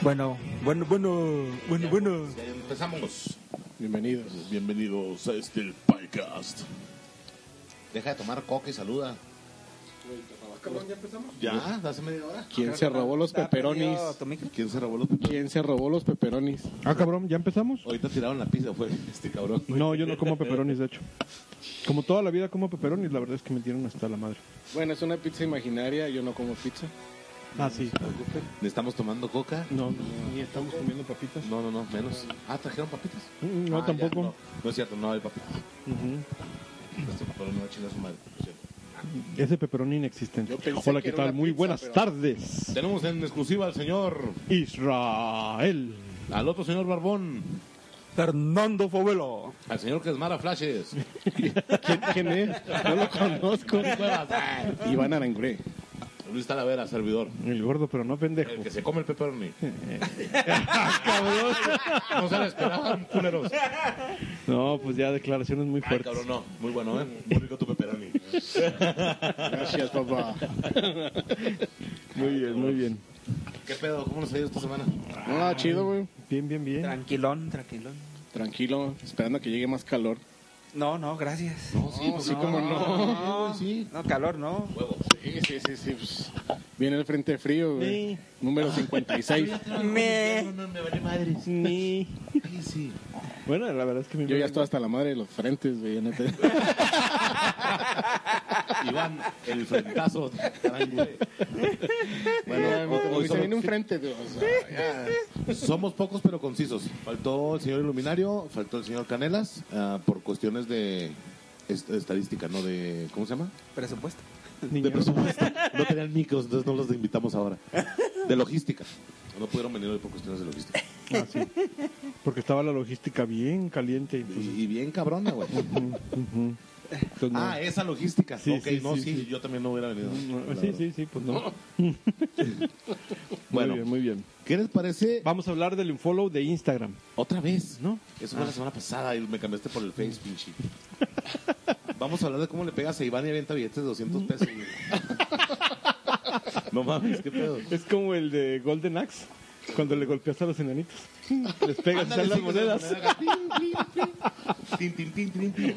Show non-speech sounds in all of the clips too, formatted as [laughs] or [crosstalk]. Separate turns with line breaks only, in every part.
Bueno, bueno, bueno, bueno, bueno.
Empezamos.
Bienvenidos.
Bienvenidos a este podcast.
Deja de tomar coca y saluda. Ya, hace media hora.
¿Quién se robó los peperonis?
¿Quién se robó los peperones?
¿Quién se robó los peperonis?
Ah, cabrón, ¿ya empezamos?
Ahorita tiraron la pizza, fue este cabrón.
No, yo no como peperonis, de hecho. Como toda la vida como peperonis, la verdad es que me tienen hasta la madre.
Bueno, es una pizza imaginaria, yo no como pizza.
Ah, sí.
¿Le estamos tomando coca?
No, ni estamos comiendo papitas.
No, no, no, menos. Ah, trajeron papitas.
Mm, No,
Ah, ya,
tampoco.
no. No es cierto, no hay papitas.
Ujú.
Este cabrón no va a chingar a su madre. por cierto.
Ese peperón inexistente.
Yo pensé
Hola,
que
¿qué
era
tal?
una
Muy
pizza,
buenas
pero-
tardes.
Tenemos en exclusiva al señor,
Israel.
al otro señor Barbón,
Fernando Fovelo.
al señor Kesmara Flashes.
¿Quién, quién es? No lo conozco. Iván Aranguré.
Luis Talavera, servidor.
El gordo, pero no pendejo.
El que se come el
[laughs]
pepperoni.
Ah,
No se la esperaban, culeros.
No, pues ya declaraciones muy
Ay,
fuertes.
cabrón, no. Muy bueno, ¿eh? Muy rico tu pepperoni.
Gracias, papá.
Muy bien, muy bien.
¿Qué pedo? ¿Cómo nos ha ido esta semana?
Ah, chido, güey.
Bien, bien, bien.
Tranquilón, tranquilón.
Tranquilo, esperando que llegue más calor.
No, no, gracias.
No, sí, pues
sí, como no.
No,
Sí.
no, calor, no.
Huevo.
Sí, sí, sí, sí. pues, Viene el frente frío, güey.
Sí.
Número 56.
Me-
No, no, me vale madre.
Ni-
Sí, sí.
Bueno, la verdad es que mi
Yo ya estoy hasta la madre de los frentes, güey. ya neta.
[laughs] Iván, el frentazo. Tarangure.
Bueno,
hoy
como que se
somos-
viene un frente, güey. o sea, ya.
Somos pocos pero concisos. Faltó el señor Iluminario, faltó el señor Canelas, ah, por cuestiones de est- estadística, ¿no? De, ¿Cómo se llama?
Presupuesto.
De presupuesto. No tenían micros, entonces no los invitamos ahora. De logística. No pudieron venir hoy por cuestiones de logística.
Ah, sí. Porque estaba la logística bien caliente. entonces-
Y, y bien cabrona, güey.
Ujú. Entonces, no.
Ah, esa logística.
Sí,
ok,
sí,
no,
sí,
Pues sí,
sí.
yo también no hubiera venido.
No,
la
sí,
verdad.
sí, sí, pues no.
Bueno,
muy bien, muy bien.
¿qué les parece?
Vamos a hablar del unfollow de Instagram.
Otra vez, ¿no? Eso fue la semana pasada y me cambiaste por el Face, pinche. [laughs] Vamos a hablar de cómo le pegas a Iván y avienta billetes de 200 pesos. güey. no mames, qué pedo.
Es como el de Golden Axe, cuando le golpeas a los enanitos. Les pegas y
Ándale,
salen las
sí, con la
monedas.
moneda. Tin, tin, tin, tin, tin.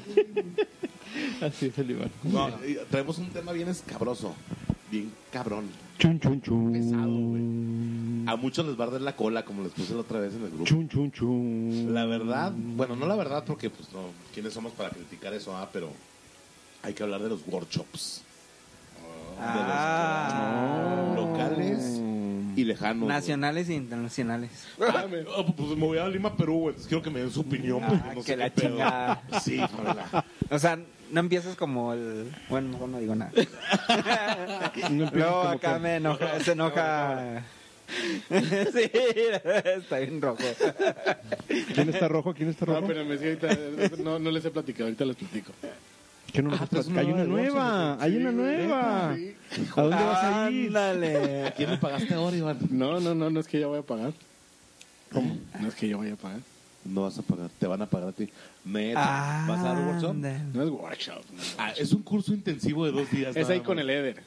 Así es el Iván.
No, eh, traemos un tema bien escabroso, bien cabrón.
Chun, chun, chun.
Pesado, A muchos les va a arder la cola, como les puse la otra vez en el grupo.
Chun, chun, chun.
La verdad, bueno, no la verdad porque pues no, quiénes somos para criticar eso, ah, pero hay que hablar de los workshops.
Ah.
De los locales y lejanos.
Nacionales e internacionales.
güey. Ah, me- ah, pues me voy a Lima, Perú, güey. entonces Quiero que me den su opinión.
Ah,
porque no
que
sé
la
qué pedo.
chingada.
[laughs] Sí, Pamela.
O sea, no empiezas como el... Bueno, mejor no digo nada.
No empieces
Luego
como
acá
que-
me enoja, se enoja... [laughs] sí, está bien rojo.
¿Quién está rojo? ¿Quién está
No,
rojo?
pero me siento- no, no les he platicado, ahorita les platico.
¿Qué no nos has
traes una
platicado? Hay una
nueva de
nueva. Hay una nueva. ¿A dónde vas
Ah,
a ir?
Ándale.
¿Quién me pagaste ahora, Iván?
No, no, no, no es que yo vaya a pagar. ¿Cómo? No es que yo vaya a pagar.
No vas a pagar, te van a pagar a ti. Neta,
Ah,
¿Vas a dar un workshop?
No es workshop. no.
Ah, es un curso intensivo de dos días.
Es
nada
ahí con
más.
el Eder.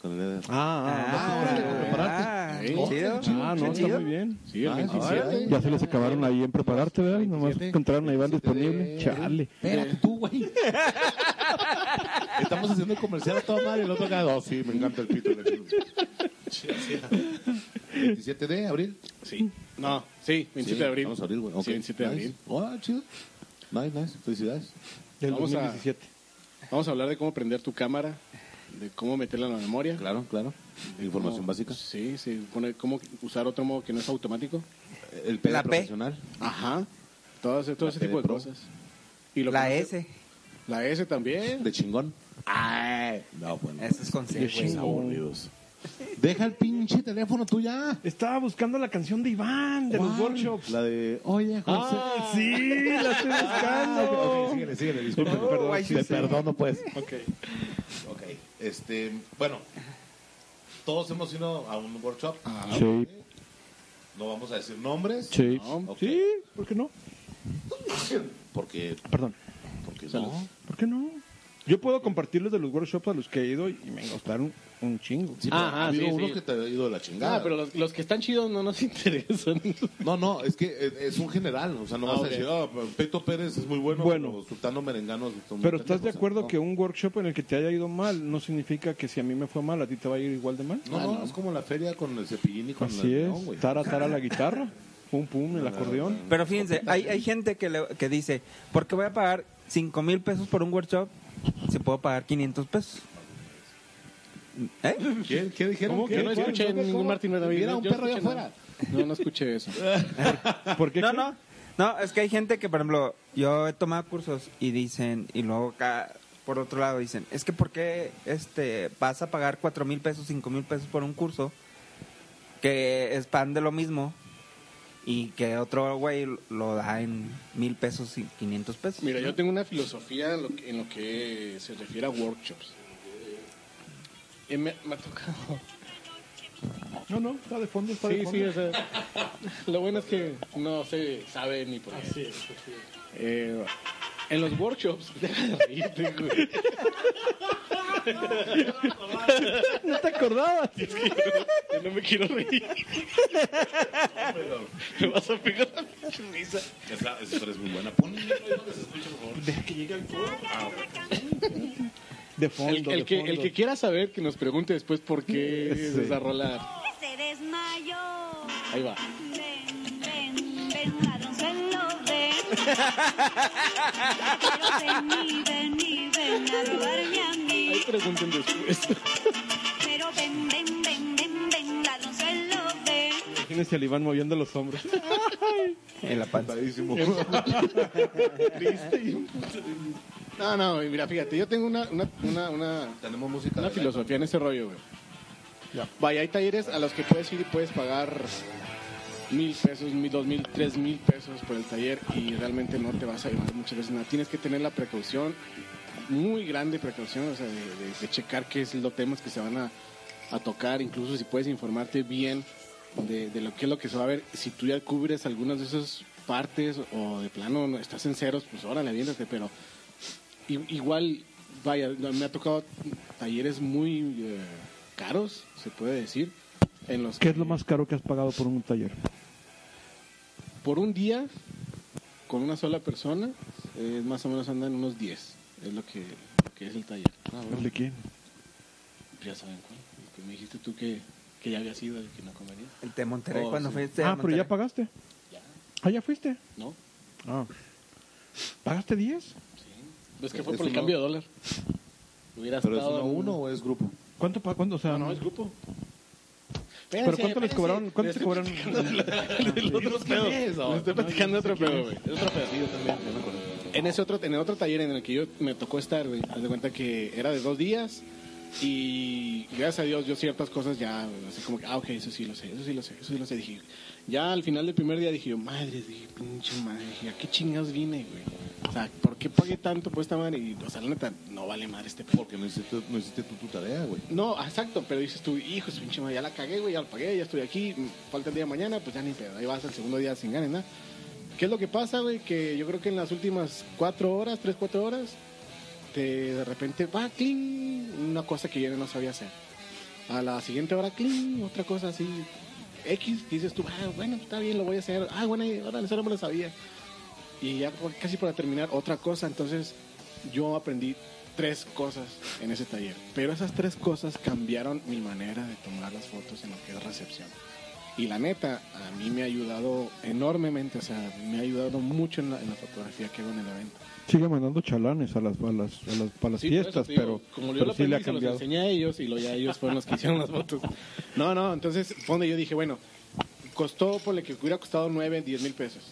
Con el E Eder.
Ah, ah,
Ah, órale,
Ah,
prepararte.
ah,
Sí.
chido.
ah, no, está
chido.
muy bien.
Sí, el
Ah,
27.
Ya se les acabaron ahí en prepararte, ¿verdad? Y Nomás
27,
encontraron a Iván
27
disponible. Chale.
Espérate tú, güey. Estamos haciendo el comercial a toda madre y el otro cada dos. sí, me encanta el pito. le digo. Sí, sí. 27 de abril.
Sí. No, sí, 27 de abril.
Vamos a abril, güey. Ok.
Sí, 27 de
Nice.
abril.
Ah, chido. Nice, nice. Felicidades.
Del
Vamos a-
2017.
Vamos a hablar de cómo prender tu cámara de cómo meterla en la memoria.
Claro, claro. Información
Cómo-
básica.
Sí, sí. Pone cómo usar otro modo que no es automático.
El PD
La P.
profesional.
Ajá. Todo ese, todo ese
La
tipo de
Tele Pro.
cosas. Y lo
La
que-
S.
La S también.
De chingón. Ay, no, bueno.
Eso es
De
consejo.
chingo.
Aburridos. Deja el pinche teléfono tú ya.
Estaba buscando la canción de Iván, de los
¿Cuál?
workshops.
La de, oye, José.
Ah, sí, la estoy
Ah, ok,
buscando.
síguele, síguele, disculpe,
Oh,
perdón,
why
te
you say-
perdono [laughs] pues.
Ok.
Ok, este, bueno, todos hemos ido a un workshop,
Sí,
no vamos a decir nombres,
sí.
Ok.
Sí, ¿por qué no?
[laughs] porque,
Perdón.
porque
Salud.
no.
¿Por qué no? Yo puedo compartirles de los workshops a los que he ido y me gustaron un chingo.
Sí, pero
Ah, ah,
ha habido
sí,
unos
sí.
que te ha ido de la chingada.
Ah, pero los, los que están chidos no nos [laughs] interesan.
No, no, es que es, es un general, o sea, no
Ah,
vas
ok.
a decir, ah, pero Peto Pérez es muy bueno,
Bueno.
pero Sultano Merengano es un
Pero
pendejo",
estás de
o sea,
acuerdo
no.
que un workshop en el que te haya ido mal no significa que si a mí me fue mal, a ti te va a ir igual de mal.
No,
Ah,
no, es como la feria con el cepillín y con
Así
el...
es. tara, tara la guitarra. Pum, pum, el acordeón.
Pero fíjense, hay, hay gente que, le- que dice, ¿por qué voy a pagar 5 mil pesos por un workshop? Si puedo pagar 500 pesos. ¿Eh?
¿Qué, qué dijeron?
¿Cómo
Que
¿Qué?
no
¿Cuál?
escuché
¿Dónde?
ningún
¿Cómo?
Martín Benavides.
Mira, un
Yo
perro allá
escuché nada.
afuera.
No, no escuché eso.
¿Por qué?
No,
creo?
no. No, es que hay gente que, por ejemplo, yo he tomado cursos y dicen, y luego acá, por otro lado, dicen, es que ¿por qué este, vas a pagar 4 mil pesos, 5 mil pesos por un curso que es pan de lo mismo y que otro güey lo da en mil pesos y 500 pesos?
Mira, yo tengo una filosofía en lo que, en lo que se refiere a workshops. Y me, me ha tocado.
No, no, está de fondo, está de
Sí,
fondo.
sí, o sea, [laughs] lo bueno es que no se sabe ni por qué. Eh, en los workshops, [laughs] deja de reírte, güey.
No te acordabas.
Yo no me quiero reír. Me vas a pegar la pinche risa.
Esa, esa historia es muy buena. Pon un micro ahí donde se escuche, por favor.
De fondo.
El, el
de
que,
fondo.
el que quiera saber, que nos pregunte después por qué es
Sí.
esa rola.
Se desmayó.
Ahí va.
Ven, ven, ven, ladronzuelo, ven. Pero vení, vení, ven a robarme a
Ahí
mí.
pregunten después.
Pero ven, ven, ven, ven, ven, ladronzuelo, ven.
Imagínense al Iván moviendo los hombros.
En la panza.
Triste y un puto- No, no, güey, mira, fíjate, yo tengo una, una, una, una,
Tenemos música.
una
de-
filosofía en ese rollo, güey. Vaya, hay talleres a los que puedes ir y puedes pagar mil pesos, mil, dos mil, tres mil pesos por el taller y realmente no te vas a llevar muchas veces nada. Tienes que tener la precaución, muy grande precaución, o sea, de, de- de checar qué es los temas que se van a, a tocar, incluso si puedes informarte bien de, de lo que es lo que se va a ver. Si tú ya cubres algunas de esas partes o de plano no estás en ceros, pues órale, viéndote, pero i- igual, vaya, no, me ha tocado talleres muy eh, caros, se puede decir. En los
¿Qué es
que-
lo más caro que has pagado por un taller?
por un día con una sola persona eh, más o menos andan unos 10 es lo que, lo que es el taller
¿El de quién?
ya saben cuál el que me dijiste tú que, que ya había sido el que no convenía
El de Monterrey,
Oh,
cuando
sí.
fuiste a
ah, pero ya
Monterrey.
pagaste. Ah, ya fuiste.
no
Ah. ¿Pagaste 10?
es que fue
Es
por el
uno-
cambio de dólar [laughs] hubiera
¿Pero es
estado
uno a
en-
uno o es grupo?
¿Cuánto, pa- cuánto, o sea,
no, no es grupo
¿Pero cuánto les cobraron? ¿Cuánto te cobraron?
[laughs] el otro pedo. Les estoy platicando otro pedo, güey. Es otro pedo. En ese otro, en el otro taller en el que yo me tocó estar, güey, haz de cuenta que era de dos días y gracias a Dios yo ciertas cosas ya, así como que, ah, ok, eso sí lo sé, eso sí lo sé, eso sí lo sé. Dije, ya al final del primer día dije yo, madre, dije, pinche madre, dije, ¿a qué chingados vine, güey? O sea, ¿por qué pagué tanto por esta madre? Y, o sea, la neta, no vale madre este pedo.
Porque no hiciste, no hiciste tu, tu tarea, güey.
No, exacto, pero dices tú, hijo, su pinche madre, ya la cagué, güey, ya la pagué, ya estoy aquí, mm, falta el día de mañana, pues ya ni pedo, ahí vas al segundo día sin ganas, ¿no? ¿Qué es lo que pasa, güey? Que yo creo que en las últimas cuatro horas, tres, cuatro horas, te, de repente va, cling, una cosa que yo no sabía hacer. A la siguiente hora, cling, otra cosa así, X, dices tú, ah, bueno, está bien, lo voy a hacer, ah, bueno, ahora eso no me lo sabía. Y ya por- casi para terminar, otra cosa, entonces yo aprendí tres cosas en ese taller. Pero esas tres cosas cambiaron mi manera de tomar las fotos en lo que es recepción. Y la neta, a mí me ha ayudado enormemente, o sea, me ha ayudado mucho en la, en la fotografía que hago en el evento.
Sigue mandando chalanes a las, a las, a las, para las
Sí, por eso
fiestas,
te
pero,
digo, como yo
pero
lo
sí le ha
aprendí, se los
cambiado.
enseñé a ellos y lo, ya ellos fueron los que hicieron las fotos. No, no, entonces, fondo yo dije, bueno, costó, por que hubiera costado 9, 10 mil pesos,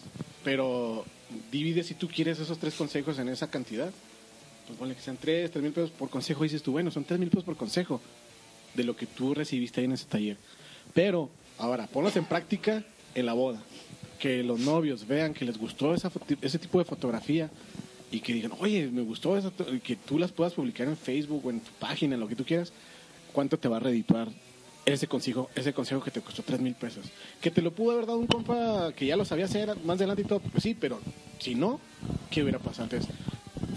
pero divide si tú quieres esos tres consejos en esa cantidad. Pues ponle que sean 3, 3 mil pesos por consejo, y dices tú, bueno, son 3 mil pesos por consejo de lo que tú recibiste ahí en ese taller. Pero, ahora, ponlos en práctica en la boda. Que los novios vean que les gustó esa fo- ese tipo de fotografía y que digan, oye, me gustó esa, to-", y que tú las puedas publicar en Facebook o en tu página, en lo que tú quieras. ¿Cuánto te va a redituar ese consejo, ese consejo que te costó tres mil pesos? Que te lo pudo haber dado un compa que ya lo sabía hacer más adelante y todo, pues sí, pero si no, ¿qué hubiera pasado antes?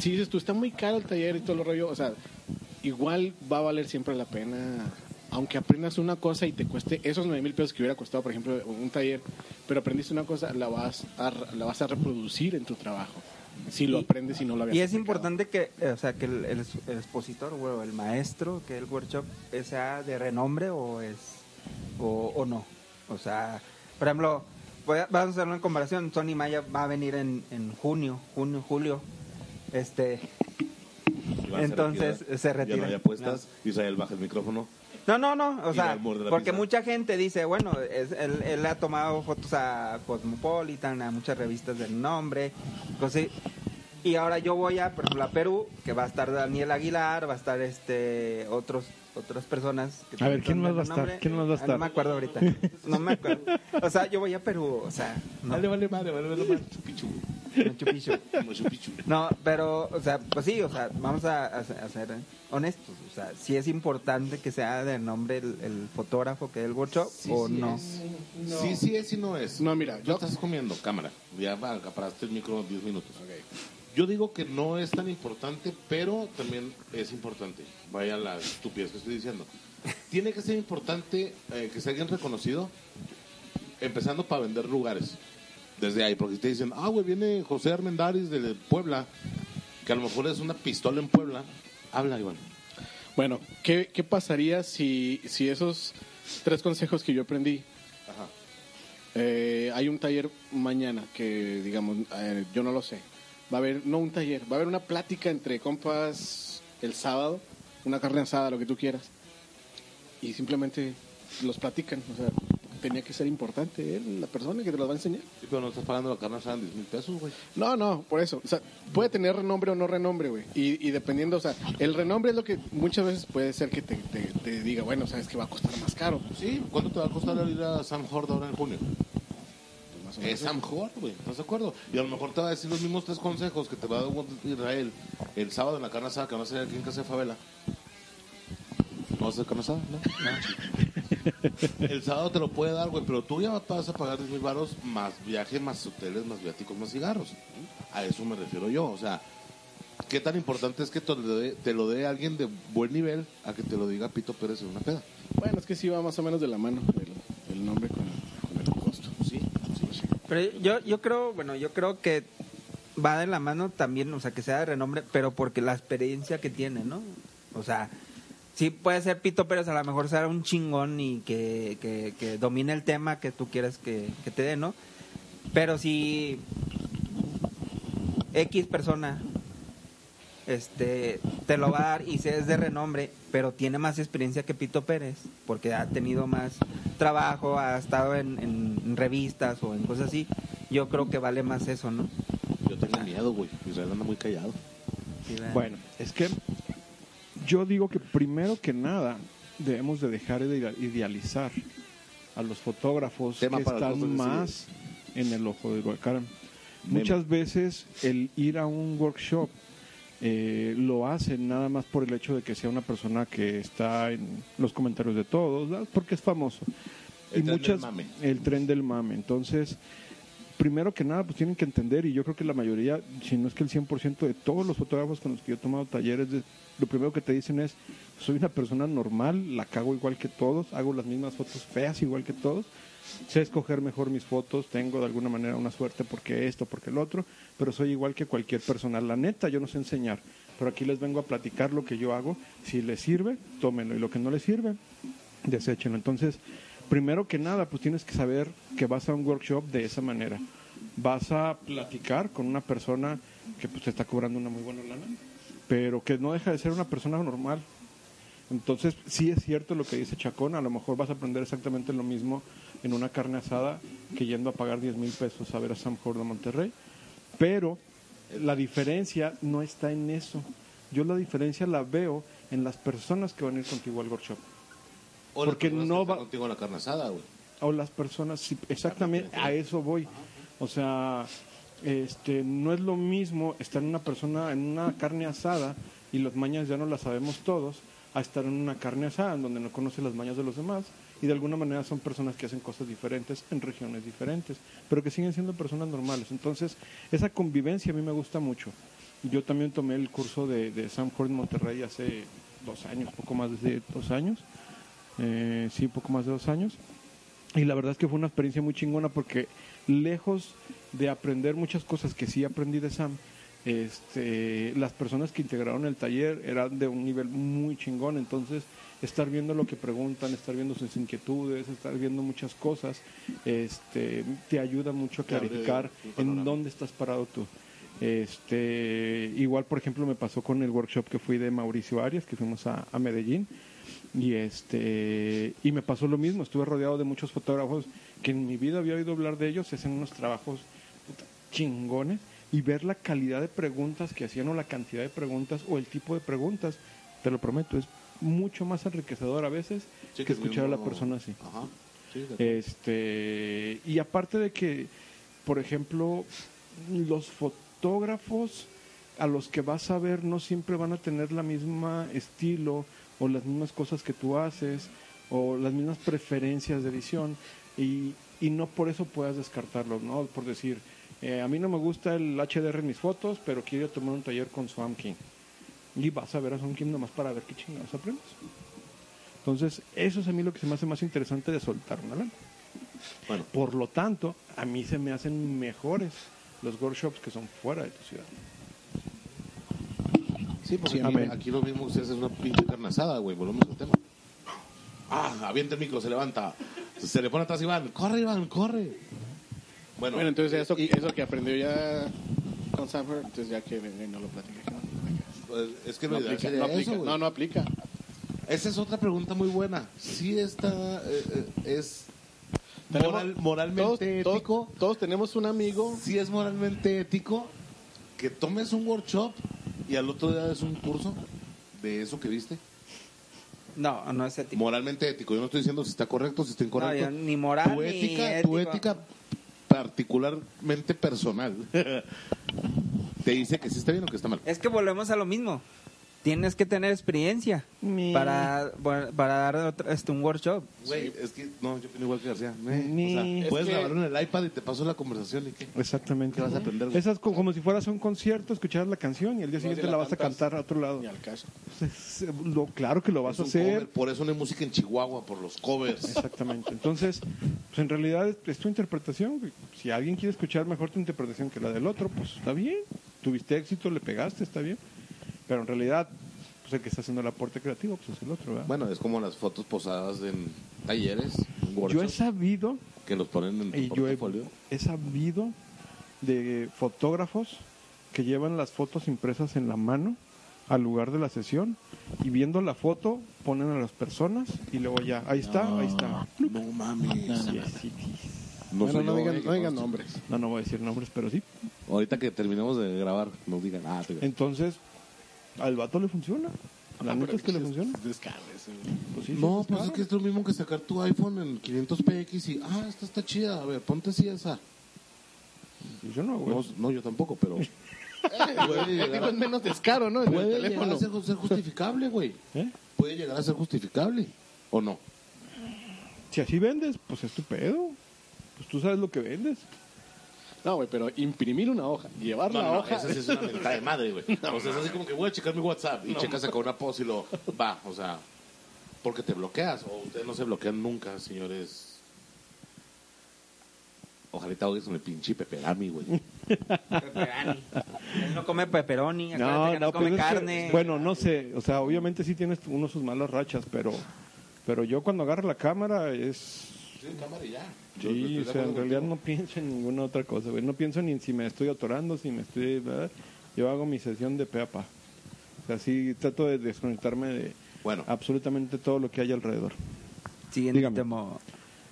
Si dices tú, está muy caro el taller y todo lo rollo, o sea, igual va a valer siempre la pena, aunque aprendas una cosa y te cueste esos nueve mil pesos que hubiera costado, por ejemplo, un taller, pero aprendiste una cosa, la vas a, la vas a reproducir en tu trabajo. Si lo aprendes y no lo habías
Y es
aplicado.
importante que, eh, o sea, que el, el- el expositor o el maestro, que el workshop eh, sea de renombre o es o, o no. O sea, por ejemplo, voy a- vamos a hacer una comparación. Sony Maya va a venir en, en junio, junio, julio. Este, Entonces, se retira.
Ya no hay apuestas. Israel baja el micrófono.
no, no, no. O
Y
sea,
del borde de la
porque
pizarra.
mucha gente dice, bueno, es- él, él ha tomado fotos a Cosmopolitan, a muchas revistas del nombre, cosas. Y ahora yo voy a, por ejemplo, a Perú, que va a estar Daniel Aguilar, va a estar este otros otras personas. que
A ver, ¿quién
no
más va a
el
estar? ¿Quién más
Ah,
va a estar?
No me acuerdo ahorita. No me acuerdo. O sea, yo voy a Perú, o sea, no,
vale, madre, vale, vale, madre. Chupichu.
Machu Picchu.
Machu Picchu.
No, pero, o sea, pues sí, o sea, vamos a, a- a ser honestos. O sea, sí es importante que sea de nombre el, el fotógrafo que dé el workshop o no.
Sí, sí es y no es.
No, mira,
Yo
yo
estás comiendo, cámara. Ya va, acaparaste el micro 10 minutos. Yo digo que no es tan importante, pero también es importante. Vaya la estupidez que estoy diciendo. Tiene que ser importante eh, que sea alguien reconocido, empezando para vender lugares. Desde ahí, porque si te dicen, ah, güey, viene José Armendáriz de Puebla, que a lo mejor es una pistola en Puebla. Habla, Iván.
Bueno, ¿qué, qué pasaría si, si esos tres consejos que yo aprendí?
Ajá.
eh, hay un taller mañana que, digamos, eh, yo no lo sé. Va a haber, no un taller, va a haber una plática entre compas el sábado, una carne asada, lo que tú quieras. Y simplemente los platican. O sea, tenía que ser importante él, la persona que te los va a enseñar.
Sí, pero no estás pagando la carne asada en 10 mil pesos, güey.
No, no, por eso. O sea, puede tener renombre o no renombre, güey. Y, y dependiendo, o sea, el renombre es lo que muchas veces puede ser que te, te- te diga, bueno, sabes que va a costar más caro.
Sí, ¿cuánto te va a costar ir a Sam Horde ahora en junio?
Pues más o menos.
Es Sam Horde, güey, ¿estás de acuerdo? Y a lo mejor te va a decir los mismos tres consejos que te va a dar Israel el sábado en la carne asada, que no sé aquí en casa de Favela. ¿No vas a hacer carne asada?
[laughs]
¿No? el sábado te lo puede dar, güey, pero tú ya vas a pagar 10 mil baros más viaje, más hoteles, más viáticos, más cigarros. A eso me refiero yo, o sea, ¿qué tan importante es que te lo dé, te lo dé alguien de buen nivel a que te lo diga Pito Pérez en una peda?
Bueno, es que sí va más o menos de la mano el, el nombre con, con el costo. Sí, sí.
Pero yo, yo creo, bueno, yo creo que va de la mano también, o sea, que sea de renombre, pero porque la experiencia que tiene, ¿no? O sea, sí puede ser Pito Pérez, a lo mejor será un chingón y que, que, que domine el tema que tú quieres que, que te dé, ¿no? Pero si X persona este te lo va a dar y se es de renombre, pero tiene más experiencia que Pito Pérez, porque ha tenido más trabajo, ha estado en, en revistas o en cosas así. Yo creo que vale más eso, ¿no?
Yo tengo miedo, güey, Israel anda muy callado.
Sí, ¿verdad?
Bueno, es que yo digo que primero que nada debemos de dejar de ide- idealizar a los fotógrafos
Tema
que
para los dos,
están
es decir,
más en el ojo del huracán. Muchas veces el ir a un workshop eh, lo hacen nada más por el hecho de que sea una persona que está en los comentarios de todos, ¿verdad? porque es famoso.
El
y
tren del
muchas
mame.
el tren del mame. Entonces, primero que nada, pues tienen que entender, y yo creo que la mayoría, si no es que el 100% de todos los fotógrafos con los que yo he tomado talleres, de- lo primero que te dicen es, soy una persona normal, la cago igual que todos, hago las mismas fotos feas igual que todos, sé escoger mejor mis fotos, tengo de alguna manera una suerte porque esto, porque el otro, pero soy igual que cualquier persona. La neta, yo no sé enseñar, pero aquí les vengo a platicar lo que yo hago, si les sirve, tómenlo, y lo que no les sirve, deséchenlo. Entonces, primero que nada, pues tienes que saber que vas a un workshop de esa manera. Vas a platicar con una persona que pues te está cobrando una muy buena lana, pero que no deja de ser una persona normal. Entonces, sí es cierto lo que dice Chacón, a lo mejor vas a aprender exactamente lo mismo en una carne asada que yendo a pagar 10 mil pesos a ver a Sam Jordan Monterrey, pero la diferencia no está en eso. Yo la diferencia la veo en las personas que van a ir contigo al workshop.
O las
Porque
personas
no
que están
va-
contigo en la carne asada, güey.
O las personas, sí, exactamente, a eso voy. O sea, este, no es lo mismo estar en una persona, en una carne asada, y las mañas ya no las sabemos todos, a estar en una carne asada en donde no conoces las mañas de los demás, y de alguna manera son personas que hacen cosas diferentes en regiones diferentes, pero que siguen siendo personas normales. Entonces, esa convivencia a mí me gusta mucho. Yo también tomé el curso de, de Sam Ford en Monterrey hace dos años, poco más de dos años. Eh, sí, poco más de dos años. Y la verdad es que fue una experiencia muy chingona porque lejos de aprender muchas cosas que sí aprendí de Sam, este, las personas que integraron el taller eran de un nivel muy chingón, entonces estar viendo lo que preguntan, estar viendo sus inquietudes, estar viendo muchas cosas, este, te ayuda mucho a
Te abre
clarificar
un panorama.
en dónde estás parado tú. Este, igual, por ejemplo, me pasó con el workshop que fui de Mauricio Arias, que fuimos a- a Medellín, y este y me pasó lo mismo, estuve rodeado de muchos fotógrafos que en mi vida había oído hablar de ellos, y hacen unos trabajos puta, chingones y ver la calidad de preguntas que hacían o la cantidad de preguntas o el tipo de preguntas, te lo prometo, es mucho más enriquecedor a veces
Sí,
que
es
escuchar a la
mismo-
persona así. Eh,
Ajá. Sí, de-
Este, y aparte de que, por ejemplo, los fotógrafos a los que vas a ver no siempre van a tener la misma estilo o las mismas cosas que tú haces o las mismas preferencias de edición y, y no por eso puedas descartarlos, ¿no? Por decir, eh, a mí no me gusta el HDR en mis fotos, pero quiero tomar un taller con Swam King. Y vas a ver a Swam King nomás para ver qué chingados aprendes. Entonces, eso es a mí lo que se me hace más interesante de soltar una lana.
Bueno.
Por lo tanto, a mí se me hacen mejores los workshops que son fuera de tu ciudad.
Sí, porque aquí,
Sí,
pues, amén.
aquí lo mismo que ustedes es una pinche carne asada, güey. Volvemos al tema. Ah, avienta el micro, se levanta. Se le pone atrás Iván. Corre, Iván, corre. Bueno,
Bueno, entonces eso, eso que aprendió ya con Sanford, entonces ya que venga y no lo platique.
pues, es que
No
lo ideal
aplica,
sería
no aplica.
eso, güey.
No, no aplica.
Esa es otra pregunta muy buena. Si esta eh, eh, es
Tenemos-
moral- moralmente
todos,
ético.
todos- todos tenemos un amigo.
si es moralmente ético que tomes un workshop y al otro día des un curso de eso que viste.
No, no es ético.
Moralmente ético. Yo no estoy diciendo si está correcto, si está incorrecto.
No, yo ni moral,
tu
ni
ética,
ético.
tu ética particularmente personal [laughs] te dice que sí está bien o que está mal.
Es que volvemos a lo mismo. Tienes que tener experiencia para, para dar otro- este, un workshop.
Güey, es que no, yo opino igual que García. Me-
Ni-
o sea,
Es
puedes
que-
grabar en el iPad y te paso la conversación y qué.
Exactamente.
¿Qué vas a aprender, güey?
Esas co- como si fueras a un concierto, escucharas la canción y al día
No,
siguiente
si
la,
la
vas a
cantas.
cantar a otro lado.
Ni al caso.
Es- es- lo, claro que lo vas
Es
a
un
hacer.
cover, por eso no hay música en Chihuahua, por los
[laughs]
covers.
Exactamente. Entonces, pues en realidad es, es tu interpretación. güey. Si alguien quiere escuchar mejor tu interpretación que la del otro, pues está bien. Tuviste éxito, le pegaste, está bien. Pero en realidad, pues el que está haciendo el aporte creativo, pues es el otro, ¿verdad?
Bueno, es como las fotos posadas en talleres, en
yo he
workshops,
sabido,
que los ponen en tu
y yo he,
portafolio.
he sabido de fotógrafos que llevan las fotos impresas en la mano al lugar de la sesión y viendo la foto ponen a las personas y luego ya, ahí está, ahí está.
No mames.
Sí, sí, sí.
No,
Bueno,
soy
no
yo,
digan,
eh,
no digan
conste.
nombres.
No, no voy a decir nombres, pero sí.
Ahorita que terminemos de grabar, nos digan. Ah, te-
Entonces, al vato le funciona. La neta es que le funciona.
Descaro eso, güey.
Pues sí, sí,
No, Ah,
sí,
pues es
claro.
que es lo mismo que sacar tu iPhone en 500px y, ah, esta está chida, a ver, ponte así esa.
Yo no, güey.
No, no, yo tampoco,
[laughs]
pero... puede llegar
Digo,
a,
es menos descaro, ¿no? En el
puede llegar
teléfono.
a ser, ser justificable, güey.
¿Eh?
Puede llegar a ser justificable, ¿o no?
Si así vendes, pues es tu pedo. Pues tú sabes lo que vendes.
No, güey, pero imprimir una hoja, llevar la hoja.
esa sí es una mentada de madre, [laughs] güey. o sea, es así como que voy a checar mi WhatsApp y checas acá una pos y lo... Va, o sea, porque te bloqueas, o ustedes no se bloquean nunca, señores... Ojalá te ahogues con el pinche peperami, güey.
[laughs]
Pepperoni. Él no come pepperoni, acuérdate
No,
que no,
no, pero
come
es que-
carne.
bueno, no sé. O sea, obviamente sí tienes uno sus malas rachas, pero, pero yo cuando agarro la cámara es
estoy en cámara y ya. Yo- yo
Sí,
estoy
o
de
sea, en
acuerdo
realidad
contigo.
no pienso en ninguna otra cosa, güey. No pienso ni en si me estoy atorando, si me estoy... ¿verdad? Yo hago mi sesión de peapa. O sea, sí, trato de desconectarme de
Bueno.
absolutamente todo lo que hay alrededor.
Siguiente
Dígame.
tema.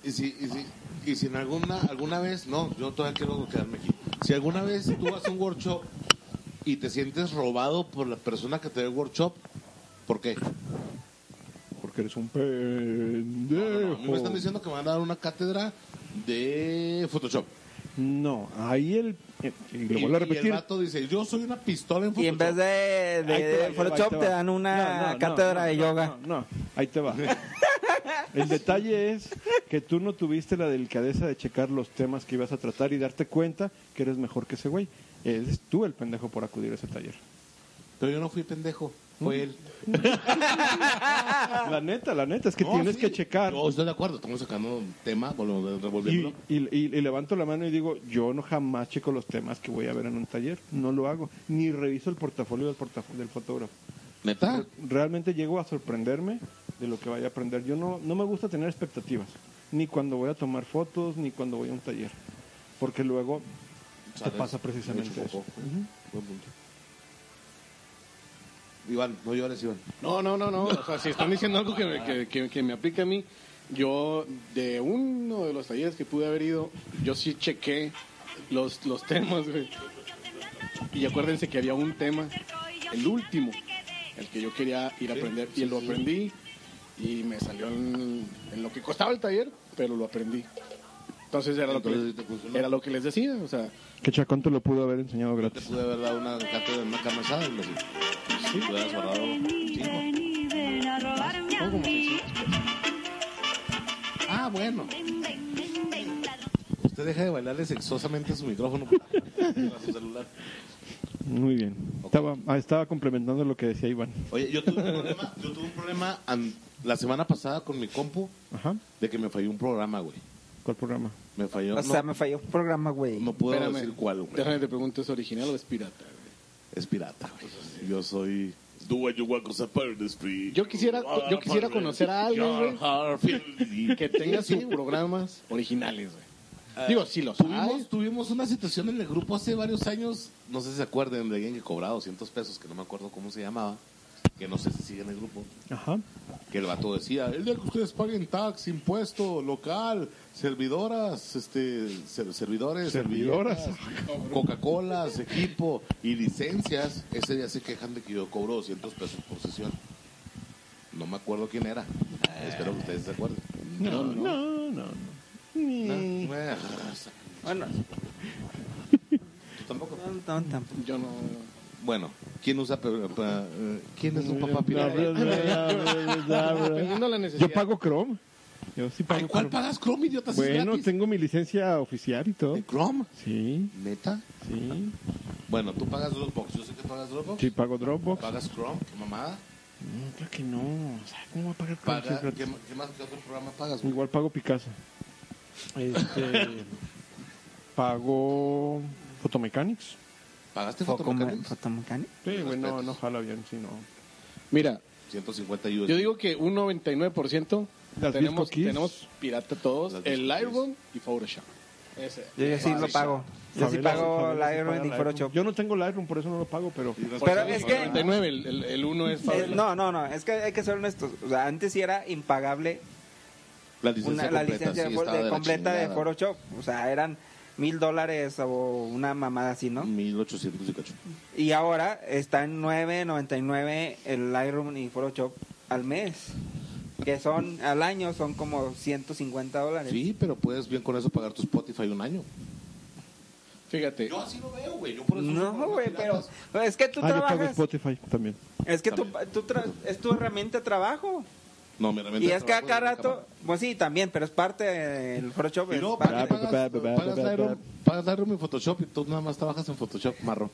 Y si, y si, y si en alguna, alguna vez, no, yo todavía quiero quedarme aquí. Si alguna vez tú vas a un workshop y te sientes robado por la persona que te da el workshop, ¿por qué?
Porque eres un
No, no, no,
pendejo.
a mí me están diciendo que me van a dar una cátedra de Photoshop.
No, ahí el... eh, Y lo
Y-
vuelvo a
Y el
repetir.
vato dice, yo soy una pistola en Photoshop.
Y en vez de, de-
Ahí te
de
va, ahí te va, ahí
Photoshop
va.
te dan una
No, no, no,
cátedra
no,
de
no,
yoga.
No, no, ahí te va. El detalle es que tú no tuviste la delicadeza de checar los temas que ibas a tratar y darte cuenta que eres mejor que ese güey. Eres tú el pendejo por acudir a ese taller.
Pero yo no fui pendejo, fue él.
La neta, la neta, es que
Ah. No,
tienes
sí,
que checar.
Yo estoy de acuerdo, estamos sacando un tema, volvemos,
Y,
revolviéndolo.
y- y- y levanto la mano y digo, yo no jamás checo los temas que voy a ver en un taller. No lo hago. Ni reviso el portafolio del, portaf- del fotógrafo.
¿Neta?
realmente llego a sorprenderme de lo que vaya a aprender. Yo no, no me gusta tener expectativas, ni cuando voy a tomar fotos, ni cuando voy a un taller, porque luego te
Sales,
pasa precisamente
hecho
eso.
popó. Buen punto. Iván, no llores, Iván.
No, no, no, no. O sea, si están diciendo algo que me, que, que- que me aplique a mí, yo de uno de los talleres que pude haber ido, yo sí chequé los, los temas, güey. Y acuérdense que había un tema, el último, el que yo quería ir a aprender. Y lo aprendí y me salió en, en lo que costaba el taller, pero lo aprendí. Entonces era,
Entonces,
lo,
¿te
que
funcionó?
les, era lo que les decía, o sea,
Que Chacón te lo pudo haber enseñado
Te
gratis.
pude haber dado una cátedra en una carne asada, imbécil. Sí, te hubieras ahorrado un chingo.
Vení, ven a robarme a mí.
Ah, bueno.
Ven, ven, ven, ven, la
Usted deja de bailarle sexosamente a su micrófono. a su celular.
Muy bien. Estaba, ah, estaba complementando lo que decía Iván.
Oye, yo tuve un problema, yo tuve un problema an- la semana pasada con mi compu
Ajá.
de que me falló un programa, güey.
¿Cuál programa?
Me falló.
O
no,
sea, me falló un programa, güey.
no puedo
espérame.
decir cuál, güey.
déjame te pregunto, ¿es original o es pirata? güey?
Es pirata, güey. Yo soy. Do what you want, 'cause I'm part of the street.
Yo quisiera- yo quisiera conocer a alguien, güey. [laughs]
güey.
Que tenga sus programas originales, güey.
Ah,
Digo, sí los hay.
Tuvimos, tuvimos una situación en el grupo hace varios años, no sé si se acuerdan, de alguien que cobraba 200 pesos, que no me acuerdo cómo se llamaba, que no sé si sigue en el grupo,
Ajá.
que el vato decía, el día que ustedes paguen tax, impuesto, local, servidoras, este, ser- servidores,
Servidoras.
servilletas, Coca-Colas, equipo y licencias, ese día se quejan de que yo cobro 200 pesos por sesión. No me acuerdo quién era, espero que ustedes se acuerden. Ah,
No, no, no. no. Ni-
Bueno,
Bueno,
¿tú tampoco?
no, no, tampoco.
Yo no.
Bueno, ¿quién usa pe- pa- eh, quién es un papá pirata?
Dependiendo de la necesidad.
Yo pago Chrome. Yo sí
Ay,
pago
¿Cuál
Chrome.
pagas Chrome, idiota? Si es
Bueno,
gratis.
tengo mi licencia oficial y todo.
¿De Chrome?
Sí,
¿Neta?
sí.
Bueno, tú pagas Dropbox. Yo sé que pagas Dropbox.
Sí, pago Dropbox.
¿Pagas Chrome? ¿Qué mamada?
No, claro que no. O sea, ¿cómo va a pagar Chrome si
Paga-
es gratis?
¿qué, ma- qué más? ¿Qué otro programa pagas? güey?
Igual pago Picasa. [laughs] Este, pago Photomechanics.
¿Pagaste
Fotome-
Fotomechanics?
Fotomecánico.
Sí,
Mis
güey, no,
respetos.
no jala bien, si no.
Mira,
150 euros.
yo digo que un 99%
Pues- Las
tenemos,
Disco Kids.
tenemos pirata todos:
Las Disco
el
Kids.
Lightroom y Photoshop. Ese.
Yo, yo sí lo pago. Yo sí
Fabiola-
pago
Fabiola sí
Lightroom
paga
y Photoshop.
Yo no tengo Lightroom, por eso no lo pago, pero...
Pero es que-
99, el, el, el uno es
Eh,
Fabiola.
no, no, no, es que hay que ser honestos. O sea, antes sí era impagable
la licencia
una, la
completa,
licencia
sí,
de-
estaba
de
la
completa de
chingada.
Photoshop. O sea, eran mil dólares o una mamada así, ¿no?
1800 y cacho.
Y ahora está en 9.99 el Lightroom y Photoshop al mes. Que son, al año son como 150 dólares.
Sí, pero puedes bien con eso pagar tu Spotify un año.
Fíjate,
Yo así lo veo, güey. Yo por eso uso
No,
programas
güey, pero
piratas.
pero es que tú
Ah, yo pago
trabajas.
Spotify también.
Es que tú, tú tra- es tu herramienta de trabajo.
No, mi herramienta
Y
de
es que a
trabajo
cada
mi cámara.
rato, pues sí, también, pero es parte del Photoshop.
Y
es
luego,
parte-
¿para qué
Ba, ba,
pagas,
ba, ba,
pagas
ba, ba.
Lightroom, pagas Lightroom y Photoshop y tú nada más trabajas en Photoshop [laughs] marro?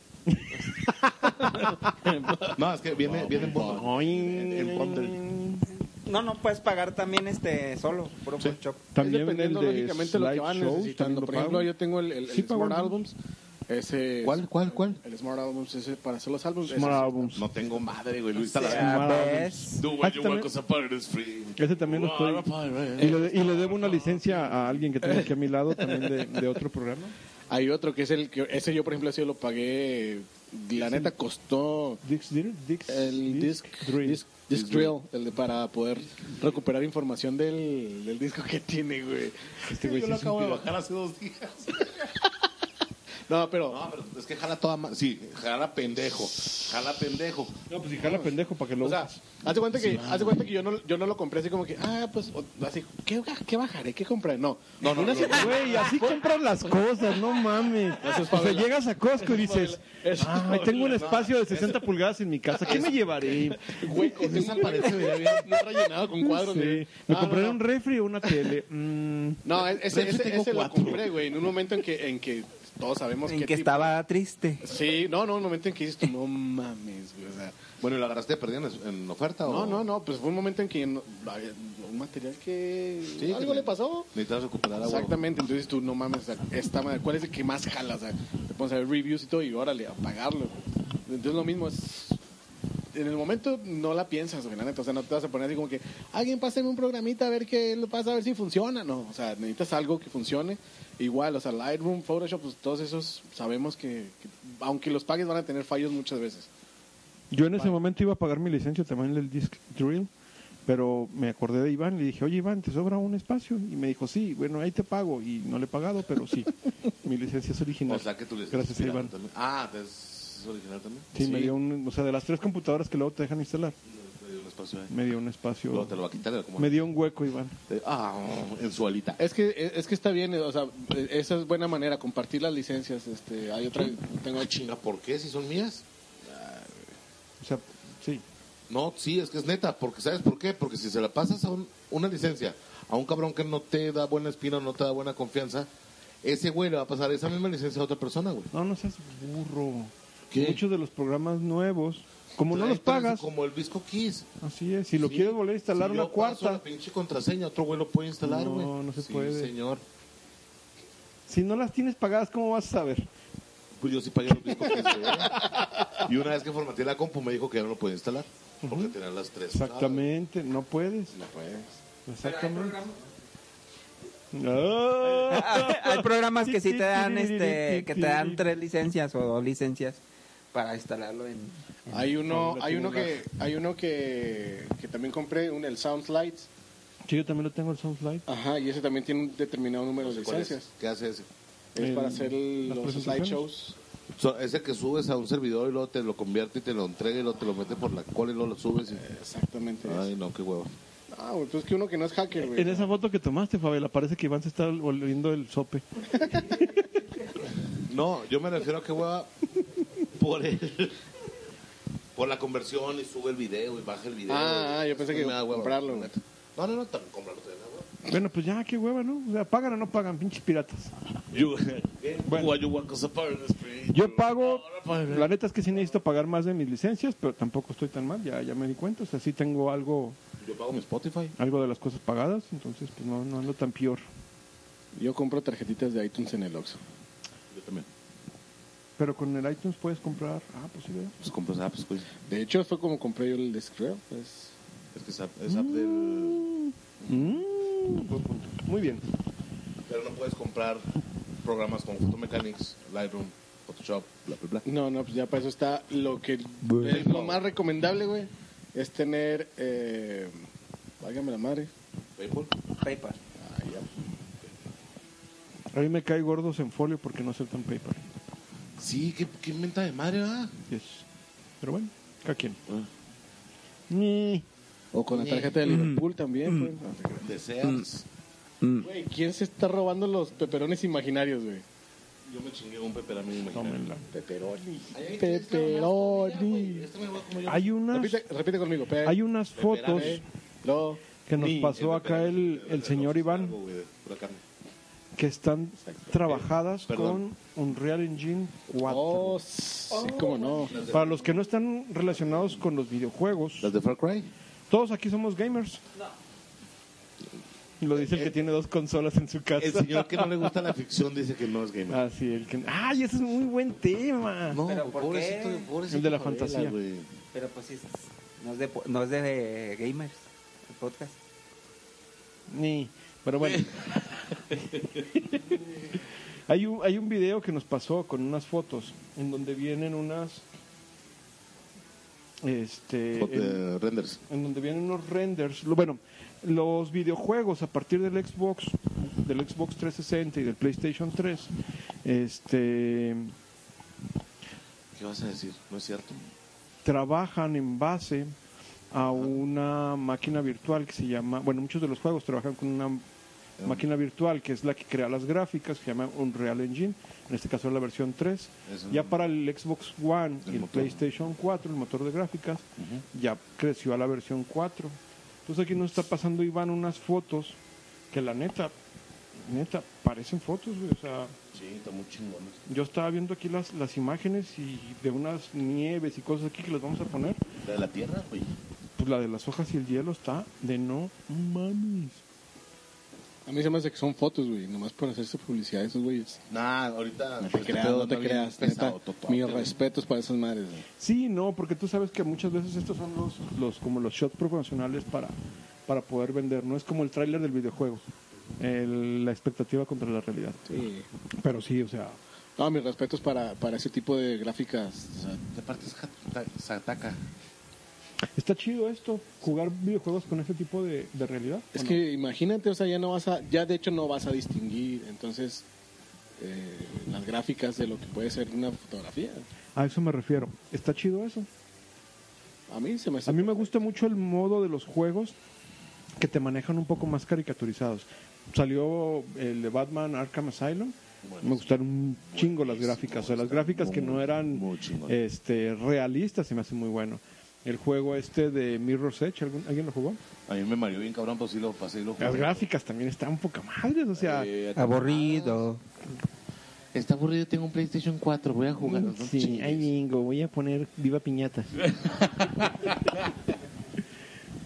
no, es que viene, viene en bundle. En- en bundle.
No, no puedes pagar también este solo, puro Photoshop.
es
También el
dependiendo
de
lógicamente lo que van
slideshows,
necesitando.
también lo
Por ejemplo,
pago.
yo tengo el, el, el
Sí, pago
Smart
el-
Albums Ese
¿Cuál, cuál, cuál?
El Smart Albums, ese para hacer los álbumes.
Smart
ese-
Albums.
No tengo madre, güey. Luis Talavera.
Ya
Smart
ves.
Do what you
Ah,
want,
también-
'cause a pirate is free. Ah,
Ese también lo
You are
estoy-
a pirate.
Y le, y le debo una licencia a alguien que tengo aquí a mi lado también de, de otro programa.
Hay otro que es el que. Ese yo, por ejemplo, ese yo lo pagué. La neta costó.
Dix, Dir- Dix-
El disc,
Drill.
disc, disc drill, el de para poder recuperar información del, del disco que tiene, güey.
Este güey
Yo
sí
lo
es un
acabo de
pirata.
bajar hace dos días.
[laughs] No, pero
No, pero es que jala toda ma- Sí, jala pendejo. Jala pendejo.
No, pues dejarla pendejo para que lo
O sea,
uses.
hace cuenta que, hace cuenta que yo, no, yo no lo compré así como que, ah, pues, o- así, ¿qué, qué bajaré? ¿Qué compraré? No, no, no.
Güey, así compras las cosas, no mames.
Eso es
o sea,
favela.
llegas a Costco y dices,
Eso es
ay, tengo un espacio de 60 pulgadas en mi casa, ¿qué me llevaré?
[laughs] Güey, con esa parece de bien no rellenado con cuadros.
Sí.
de-
Me
No,
compraré
no, no.
un refri o una tele. Mm,
No, ese,
Refri
ese,
tengo
ese lo
cuatro.
compré, güey, en un momento en que, en que todos
Pues,
sabemos
En
qué
que
tipo-
estaba triste.
Sí, no, no, un momento en que dices tú, no mames, güey, o sea.
Bueno, ¿y la agarraste perdida en, en oferta o...?
No, no, no, pues fue un momento en que no- había un material que
Sí,
algo
que-
le pasó.
Necesitas recuperar agua.
Exactamente, entonces tú no mames, o sea, esta madre, ¿cuál es el que más jala? O sea, te pones a ver reviews y todo y órale, a pagarlo. güey. Entonces lo mismo es. En el momento no la piensas, güey, la neta, o sea, no te vas a poner así como que alguien páseme un programita a ver qué le pasa, a ver si funciona. No, o sea, necesitas algo que funcione. Igual, o sea, Lightroom, Photoshop, pues todos esos sabemos que, que aunque los pagues van a tener fallos muchas veces.
Yo en ese momento iba a pagar mi licencia también del disc drill, pero me acordé de Iván y le dije, oye Iván, ¿te sobra un espacio? Y me dijo, sí, bueno, ahí te pago. Y no le he pagado, pero sí, mi licencia es original.
O sea, que tú le
Gracias a Iván.
También. Ah, ¿es original también?
Sí, me dio un, o sea, de las tres computadoras que luego te dejan instalar,
Me dio un espacio ahí.
me dio un espacio,
Luego te lo va a quitar. era como-
me dio un hueco Iván.
Te- Ah, en su alita. Eh,
Es que es que está bien, o sea, esa es buena manera compartir las licencias, este, hay otra tengo
Chinga,
chinga.
¿por qué? Si son mías.
O sea, sí.
No, sí, es que es neta, porque ¿sabes por qué? Porque si se la pasas a un- una licencia a un cabrón que no te da buena espina, no te da buena confianza, ese güey le va a pasar esa misma licencia a otra persona, güey.
No, no seas burro.
¿Qué?
Muchos de los programas nuevos, como no los
Entonces,
pagas,
Como el disco Kiss.
así es, si lo quieres volver a instalar
Si
una
yo paso
cuarta,
La pinche contraseña, otro güey lo puede instalar,
No,
güey.
no se
Sí,
puede.
señor.
si no las tienes pagadas, ¿cómo vas a saber?
Pues yo sí pagué los discos Kiss, güey. Y una vez que formateé la compu me dijo que ya no lo podía instalar. Porque tenía las tres. usadas.
Exactamente, no puedes.
No puedes. Pues,
Exactamente. ¡Ah!
[laughs] Hay programas que sí te dan este que te dan
tres.
tres licencias o dos licencias para instalarlo en
Hay uno, hay uno que hay uno que, que también compré un el Soundslide,
Sí, yo también lo tengo el Soundslide.
ajá, y ese también tiene un determinado número de
¿Cuál es?
licencias.
¿Qué hace ese?
Es
El-
para hacer el-
las
los
presentaciones.
slideshows.
So- ese que subes a un servidor y luego te lo convierte y te lo entrega y luego te lo mete por la cola y luego lo subes. Y...
Exactamente.
Ay, no, qué huevo.
Ah, güey, pues que uno que no es hacker, güey.
E-, En esa foto que tomaste, Fabela, parece que Iván se está volviendo el sope.
No, yo me refiero a que hueva por el, por la conversión y sube el video y baja el video.
Ah, ah, yo pensé que
Me da hueva,
comprarlo.
la neta. No, no, no, tan comprarlo. te da hueva.
Bueno, pues ya, qué hueva, ¿no? O sea, pagan o no pagan, pinches piratas.
You- [laughs]
Bueno.
Why you walk us apart, Spirit?
Yo pago,
Ahora,
la neta es que sí necesito pagar más de mis licencias, pero tampoco estoy tan mal, ya, ya me di cuenta. O sea, sí tengo algo,
Yo pago mi Spotify.
algo de las cosas pagadas, entonces pues no, no ando tan peor.
Yo compro tarjetitas de iTunes en el Oxxo.
Yo también.
Pero con el iTunes puedes comprar, ah, pues sí, ¿verdad?
Pues compras apps, güey.
De hecho, fue como compré yo el Disc Drill, pues.
Es que es app, es app del...
Mm, buen punto. Muy bien.
Pero no puedes comprar programas como Photomechanics, Lightroom, Photoshop, bla, bla, bla.
No, no, pues ya para eso está lo que es lo más recomendable, güey, es tener eh, válgame la madre.
Paypal.
PayPal.
Ah, ya.
A mí me cae gordos en folio porque no aceptan PayPal.
Sí, qué, qué inventa de madre, ¿verdad?
Yes. Pero bueno, cada quien. Ni-
O con la tarjeta de Liverpool también, pues. güey. No te creas.
De Sears.
Mm. Güey, ¿quién se está robando los peperones imaginarios, güey?
Mm. Yo me chingué un peperami imaginario.
Tómenla.
Peperoni.
Peperoni.
Peperoni.
Este me lo voy a comer yo.
Hay unas,
Repite, repite conmigo, pe-
hay unas fotos
pe- lo-
que nos
ni.
pasó acá el, el señor Iván
Algo, güey, de pura carne.
que están trabajadas
Perdón.
con Unreal Engine 4.
Oh, sí, cómo no.
Para los que no están relacionados con los videojuegos,
¿Las de Far Cry?
todos aquí somos gamers. Lo dice el que tiene dos consolas en su casa.
El señor que no le gusta la ficción dice que no es gamer.
Ah, sí, el que... ¡Ay, ese es muy buen tema!
no,
¿pero por
pobrecito,
qué?
pobrecito
El de la
Favela,
fantasía.
güey.
Pero pues sí, no es de, po- no es de eh, gamers, el podcast.
Ni. Pero bueno. hay, un, hay un video que nos pasó con unas fotos en donde vienen unas. Este.
Pot-
en-
eh, renders.
en donde vienen unos renders. Lo- Bueno, los videojuegos a partir del Xbox, del Xbox 360 y del PlayStation 3, este,
¿Qué vas a decir? ¿No es cierto?
trabajan en base a una máquina virtual que se llama, bueno, muchos de los juegos trabajan con una máquina virtual que es la que crea las gráficas, que se llama Unreal Engine, en este caso es la versión 3.
Es
Ya
un-
para el Xbox One y
el
el
motor.
PlayStation 4, el motor de gráficas, ya creció a la versión 4. Entonces aquí nos está pasando Iván unas fotos que la neta, neta, parecen fotos, güey, o sea...
Sí, está muy chingón.
Yo estaba viendo aquí las, las imágenes y de unas nieves y cosas aquí que les vamos a poner.
¿La de la tierra, güey?
Pues la de las hojas y el hielo está de no mames.
A mí se me hace que son fotos, güey, nomás por hacerse publicidad esos güeyes.
Nah, ahorita. pues,
No te creas, no te creas. neta, mis respetos para esas madres, güey.
Sí, no, porque tú sabes que muchas veces estos son los, los como los shots promocionales para, para poder vender. No es como el tráiler del videojuego. El- la expectativa contra la realidad.
Sí.
Pero sí, o sea,
No, mis respetos para, para ese tipo de gráficas.
De parte se ataca.
está chido esto, jugar videojuegos con ese tipo de, de realidad.
Es
¿o no?
que imagínate, o sea, ya no vas a, ya de hecho no vas a distinguir entonces eh, las gráficas de lo que puede ser una fotografía.
A eso me refiero. Está chido eso.
A mí se me hace-
A mí me gusta mucho el modo de los juegos que te manejan un poco más caricaturizados. Salió el de Batman Arkham Asylum. me gustaron un chingo las gráficas. O sea, las gráficas que no eran
muy chingón.
este, realistas se me hace muy bueno. El juego este de Mirror's Edge, ¿algún- ¿alguien lo jugó?
A mí me mareó bien cabrón, pues sí lo pasé y lo jugué.
Las gráficas también están poca madres. O sea,
Eh,
Aburrido.
Está aburrido, tengo un PlayStation 4, voy a jugar. ¿no? Chingues.
bingo, voy a poner
[laughs]
Viva Piñata.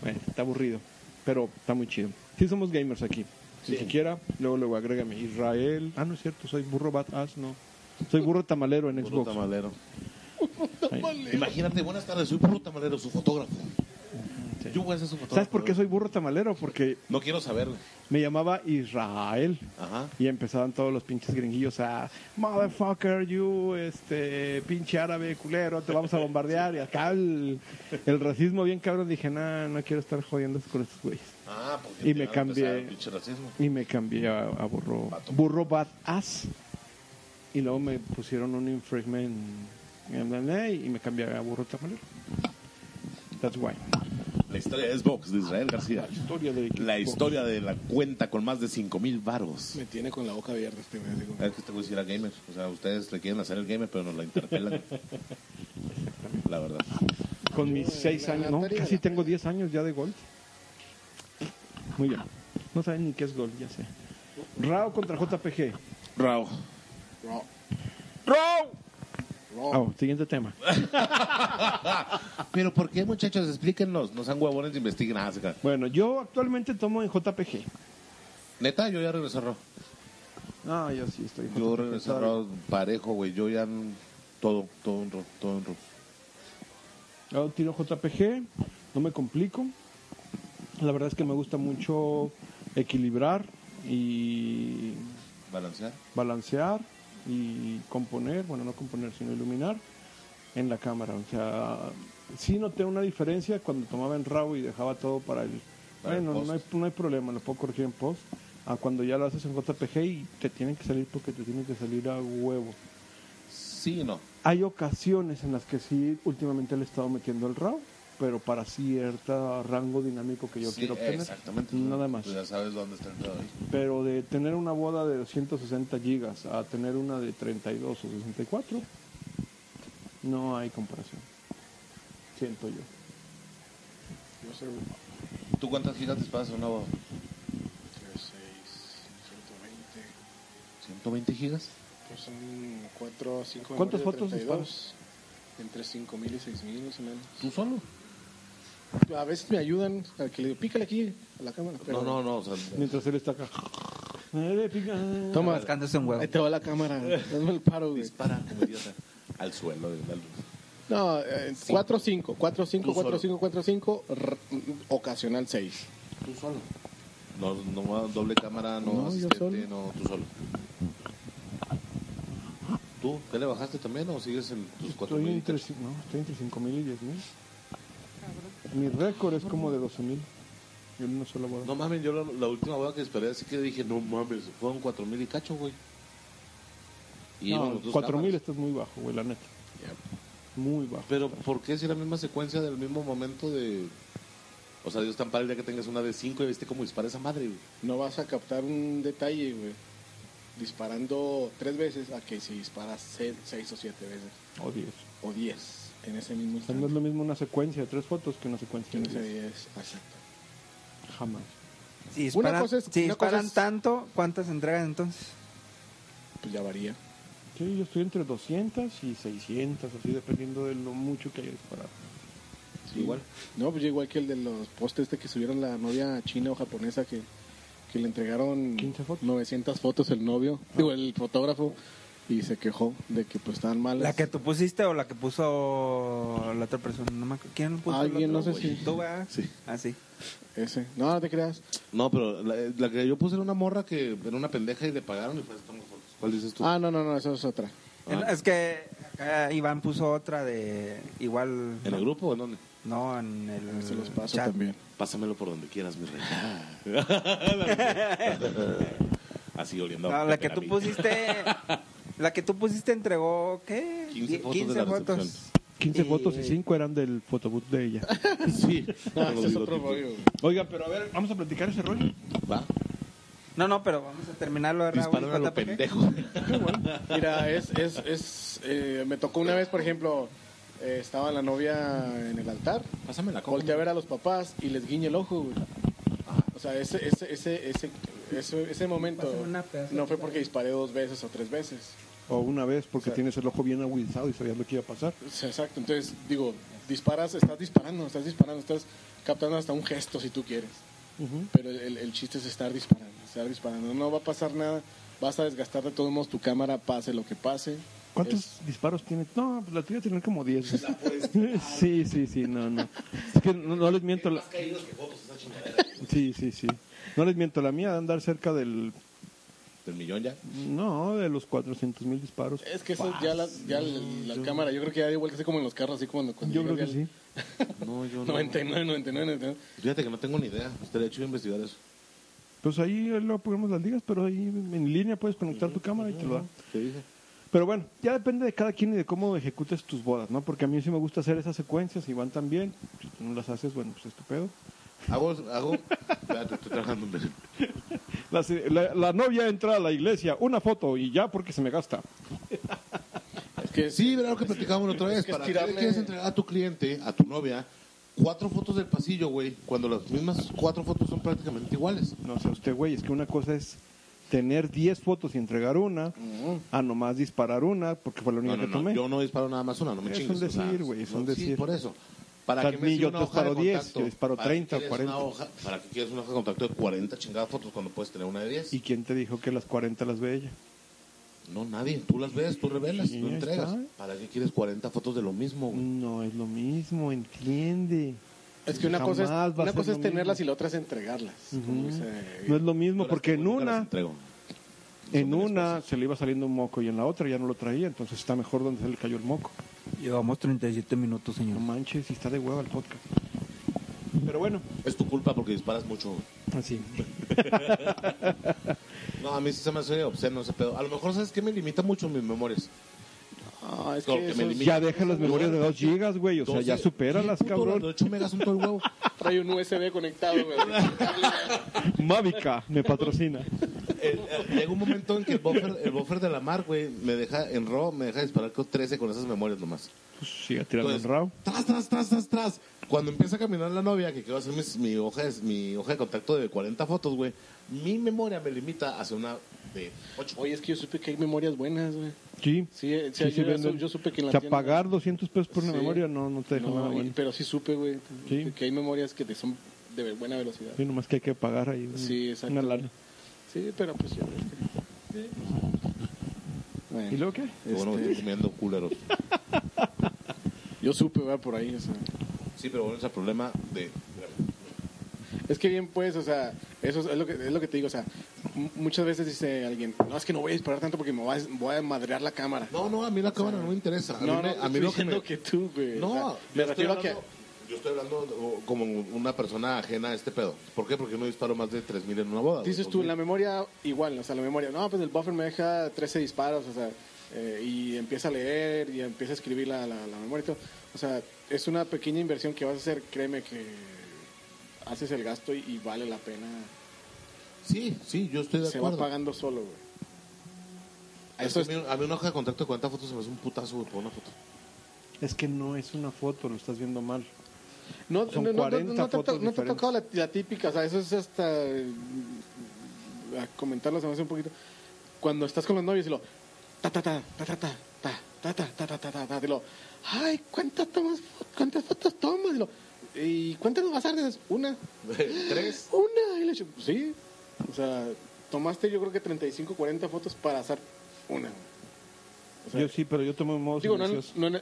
bueno, está aburrido, pero está muy chido. Sí somos gamers aquí. Si que quiera, luego luego agrégame. Israel. Ah, no es cierto, soy burro badass, no. Soy burro tamalero en
Puro
Xbox.
tamalero. Imagínate, buenas tardes, soy puro tamalero, su fotógrafo.
Sí.
Yo voy a ser su fotógrafo.
¿Sabes por qué soy burro tamalero? Porque
No quiero saberlo.
me llamaba Israel.
Ajá.
Y empezaban todos los pinches gringuillos a motherfucker, you, este, pinche árabe, culero, te vamos a bombardear. Y acá el, el racismo bien cabrón, dije, nah, no quiero estar jodiendo con estos güeyes.
Ah, porque
Y
te
me
van a
cambié.
empezar el pinche racismo.
Y me cambié a, a burro, burro badass. Y luego me pusieron un infringement en la ley y me cambié a burro tamalero. That's why.
La historia de Xbox de Israel García.
Historia de
La historia de la cuenta con más de 5000 varos.
Me tiene con la boca abierta este mes, digo.
Es que este güey sí era gamer. O sea, ustedes le quieren hacer el gamer, pero nos la interpelan. La verdad.
Con mis seis años, no, casi tengo 10 años ya de golf. Muy bien. No saben ni qué es golf, ya sé. Rao contra JPG.
Rao.
Raw, raw.
Oh, siguiente tema.
Pero ¿por qué, muchachos? Explíquenos. No sean huevones e investiguen. Ah, se cagan.
Bueno, yo actualmente tomo en JPG.
Neta, yo ya regresé a Rao.
No, Ah, yo sí estoy. en
Yo
JPG
regresé a
todavía.
Rao parejo, güey. Yo ya n- todo, todo en Rao, todo en Rao.
Yo tiro JPG, no me complico. La verdad es que me gusta mucho equilibrar y
Balancear.
balancear y componer, bueno, no componer, sino iluminar en la cámara. O sea, sí noté una diferencia cuando tomaba en RAW y dejaba todo para el...
Para el
bueno,
post.
no hay, no hay problema, lo puedo corregir en post. A cuando ya lo haces en JPG y te tienen que salir porque te tienen que salir a huevo.
Sí y no.
Hay ocasiones en las que sí, últimamente le he estado metiendo el RAW, pero para cierto rango dinámico que yo
Sí,
quiero obtener.
Exactamente. Pues
Nada más
Tú ya sabes dónde está el pedo ahí.
pero de tener una boda de 260 gigas a tener una de 32 o 64, no hay comparación. Siento yo.
Yo sé, güey.
¿Tú cuántas gigas te pasas en una boda?
3, 6, 120.
¿120 gigas?
Pues son 4, 5
¿Cuántas fotos disparas?
Entre 5.000 y 6.000 más o menos.
¿Tú solo?
A veces me ayudan a que le digo, pícale aquí a la cámara. pero-
No, no, no. O sea,
Mientras él está acá. Dale, pica.
Toma,
Rascándose un huevo.
ahí te va la
[laughs]
cámara. Hazme el paro, güey.
dispara como idiota al suelo. de la luz.
No, eh, 4-5, 4-5,
Tú solo.
4-5, 4-5, r- ocasional 6.
Tú solo. No, no va doble cámara, no,
No, yo
asistente,
solo.
no, tú solo. ¿Tú? ¿Qué le bajaste también o sigues en tus cuatro
Estoy
mil?
entre, ci- no, estoy entre 5.000 y 10.000. Mi récord es como de 12.000. Yo en una sola boda.
No mames, yo la, la última boda que esperé, así que dije, no mames, fueron cuatro mil y cacho, güey. Y
No,
íbamos dos
4.000
cámaras.
esto es muy bajo, güey, la neta. Muy bajo.
Pero ¿por qué si la misma secuencia del mismo momento de... O sea, Dios tan padre ya que tengas una de cinco y viste cómo dispara esa madre, güey.
No vas a captar un detalle, güey. Disparando tres veces a que si disparas se- seis o siete veces.
Oh, Dios.
O diez en ese mismo
O sea, no es
instante.
lo mismo una secuencia de tres fotos que una secuencia
Que
de
no sé,
diez.
diez, exacto.
Jamás.
Si disparan,
cosa es-
si
una cosa
disparan
es-
tanto, ¿cuántas entregan entonces?
Pues ya varía.
Sí, yo estoy entre 200 y 600, así dependiendo de lo mucho que haya disparado.
Igual. No, pues yo igual que el de los postes este que subieron la novia china o japonesa que, que le entregaron
15 fotos.
900 fotos el novio,
Ah.
digo, el fotógrafo, y se quejó de que pues estaban malas.
¿La que tú pusiste o la que puso la otra persona? No me acuerdo. ¿Quién puso
Alguien,
el
no
otro,
sé
güey?
si-
¿Tú, va?
Sí.
Ah, sí.
Ese. No, no te creas.
No, pero la, la que yo puse era una morra que era una pendeja y le pagaron y fue, toma fotos. ¿Cuál dices tú?
Ah, no, no, no, esa es otra.
Ah.
Es que acá Iván puso otra de igual...
¿En el grupo o en dónde?
No, en el
Se los paso
Ah, chat.
también.
Pásamelo por donde quieras, [laughs] mi rey. Así oliendo. a
No, la
Pepe
que tú
Gaby.
pusiste... la que tú pusiste entregó, ¿qué?
15
Die-
fotos de la
fotos.
recepción.
15
Eh,
fotos y 5 eran del fotoboot de ella.
[laughs] Sí.
Ah, ese es otro
Tipo.
rollo. güey.
Oiga, pero a ver, vamos a platicar ese rollo.
Va.
No, no, pero vamos a terminarlo de Raúl.
Dispárame a lo
JP.
pendejo.
[laughs] Mira, es, es, es, eh, me tocó una vez, por ejemplo, eh, estaba la novia en el altar,
Pásame la coca.
volteé a ver a los papás y les guiñé el ojo, güey. O sea, ese, ese, ese, ese, ese, ese momento
Pásame una pedazo
no
de
fue porque disparé dos veces o tres veces.
O una vez, porque
O sea,
tienes el ojo bien agudizado y sabías lo que iba a pasar.
O sea, Exacto, entonces, digo, disparas, estás disparando, estás disparando, estás captando hasta un gesto si tú quieres. Pero el- el, el chiste es estar disparando, estar disparando. No va a pasar nada, vas a desgastar de todos modos tu cámara, pase lo que pase.
¿Cuántos
Es-
disparos tiene? No, pues la tuya tiene como 10. [laughs] sí, sí, sí, no, no. Es que no, no les miento. La... Sí, sí, sí. No les miento, la mía de andar cerca del.
Del millón ya.
No, de los 400 mil disparos.
Es que eso ya la, ya la, la cámara, yo creo que ya dio vueltas así como en los carros, así como cuando, cuando
Yo creo que
llegas
sí.
No, yo
al 99, 99, 99.
Fíjate que no tengo ni idea. Estaría hecho investigar eso.
Pues ahí lo ponemos las ligas, pero ahí en línea puedes conectar tu cámara y te lo da.
Te dije.
Pero bueno, ya depende de cada quien y de cómo ejecutes tus bodas, ¿no? Porque a mí sí me gusta hacer esas secuencias y van tan bien. Si tú no las haces, bueno, pues estupendo.
Hago, hago. Espérate, estoy trabajando un beso.
La, la- la novia entra a la iglesia, una foto y ya porque se me gasta.
Es que
Sí, era lo que platicábamos la otra vez.
es que es
¿Para qué le
tirarle-
quieres entregar a tu cliente, a tu novia, cuatro fotos del pasillo, güey? Cuando las mismas cuatro fotos son prácticamente iguales.
No sé, usted, güey, es que una cosa es tener 10 fotos y entregar una, a nomás disparar una, porque fue la única
No, no,
que
no,
tomé.
yo no disparo nada más una, no me
Es
chingues.
un
o sea,
decir, güey, es un
no,
decir.
Sí, por eso. ¿Para
Tal
qué
vez
me sirve
yo
una
te
hoja de
disparo 10,
contacto?
yo disparo
¿Para qué
30,
quieres
40?
una hoja- ¿Para qué quieres una hoja de contacto de 40 chingadas fotos cuando puedes tener una de 10?
¿Y quién te dijo que las 40 las ve ella?
No, nadie. Tú las ves, tú revelas,
Sí,
tú
ahí
entregas.
está.
¿Para qué quieres 40 fotos de lo mismo, güey?
No es lo mismo, entiende.
Es que una
Jamás
cosa es,
va a
una
ser
cosa
lo
es tenerlas
mismo.
y la otra es entregarlas. como dice-
No es lo mismo
Yo las
porque en
tengo y te las
una,
entrego.
en
varias
una se le iba saliendo un moco y en la otra ya no lo traía, entonces está mejor donde se le cayó el moco.
Llevamos 37 minutos,
No
señor.
manches, y está de hueva el podcast. Pero bueno,
Es tu culpa porque disparas mucho. güey.
así.
No, a mí sí se me hace obsceno ese pedo. A lo mejor, ¿sabes qué? Me limita mucho mis memorias.
Ah, es
Lo que
que
me
eso es-
limita.
Ya deja las memorias de 2 gigas, güey, o sea, ya
12,
supéralas,
puto, las de
cabrón.
8 megas son todo el huevo.
trae un USB conectado,
[laughs]
güey.
Mavica me patrocina.
[laughs] El- el- Llega un momento en que el buffer, el buffer de la mar, güey, me deja en RAW, me deja disparar con 13 con esas memorias nomás.
Pues, Sí, a tirarle el
Pues,
Entonces,
rabo.
Pues, tras, tras, tras, tras, tras. Cuando empieza a caminar la novia, que quiero hacer mis- mi, hoja, de- mi hoja de contacto de 40 fotos, güey, mi memoria me limita hacia una de 8.
Oye, es que yo supe que hay memorias buenas, güey.
Sí,
Sí, eh, sí, yo, ya
venden.
su- yo supe que en la
O sea,
tienda-
pagar 200 pesos por una
Sí.
memoria no, no te deja
No,
nada
y-
bueno.
pero sí supe, güey,
Sí.
que hay memorias que te son de buena velocidad.
Sí, nomás que hay que pagar ahí un-
Sí, exacto.
una lana.
Sí, pero pues yo creo que- sí. Bueno,
¿Y luego qué?
Qué Bueno, me
este,
estoy comiendo culeros.
yo supe, güey, por ahí, o sea.
Sí, pero bueno, es el problema de...
Es que bien, pues, o sea, eso es lo que, es lo que te digo, o sea, m- muchas veces dice alguien, no, es que no voy a disparar tanto porque me voy a, voy a madrear la cámara.
No, no, a mí la cámara no me interesa. A mí,
no,
me-
no,
a mí
estoy
lo que
diciendo
me...
que tú, güey.
No,
o sea,
yo
me
estoy
refiero a que...
hablando- Yo estoy hablando o, como una persona ajena a este pedo. ¿Por qué? Porque yo no disparo más de 3.000 en una boda. güey.
Dices tú, en la
2,000.
memoria igual, o sea, la memoria, no, pues el buffer me deja 13 disparos, o sea, eh, y empieza a leer y empieza a escribir la, la- la memoria y todo. O sea, es una pequeña inversión que vas a hacer, créeme que haces el gasto y, y vale la pena.
Sí, sí, yo estoy de
Se va
acuerdo.
pagando solo, güey.
Es
Eso
que a, mí, a mí una hoja de contacto de 40 fotos se me hace un putazo, güey, por una foto. [laughs]
Es que no es una foto, lo estás viendo mal.
No,
Son
no, no, no
40
te, ha to-
fotos
no te ha
diferentes.
tocado la, la típica, o sea, eso es hasta. eh, A comentarlo se me hace un poquito. Cuando estás con los novios y lo. Ta, ta, ta, ta, ta, ta, ta, ta, ta, ta, ta, ta, ta, ta, y lo. Ay, ¿cuántas, tomas, fo- cuántas fotos tomas? Y lo. ¿Y cuántas nos vas a dar? Dices, Una.
Tres.
Una. Y le echo, sí. O sea, tomaste yo creo que 35, 40 fotos para hacer una. O sea,
yo sí, pero yo tomé un modo
digo, no, no,
silencioso.
no-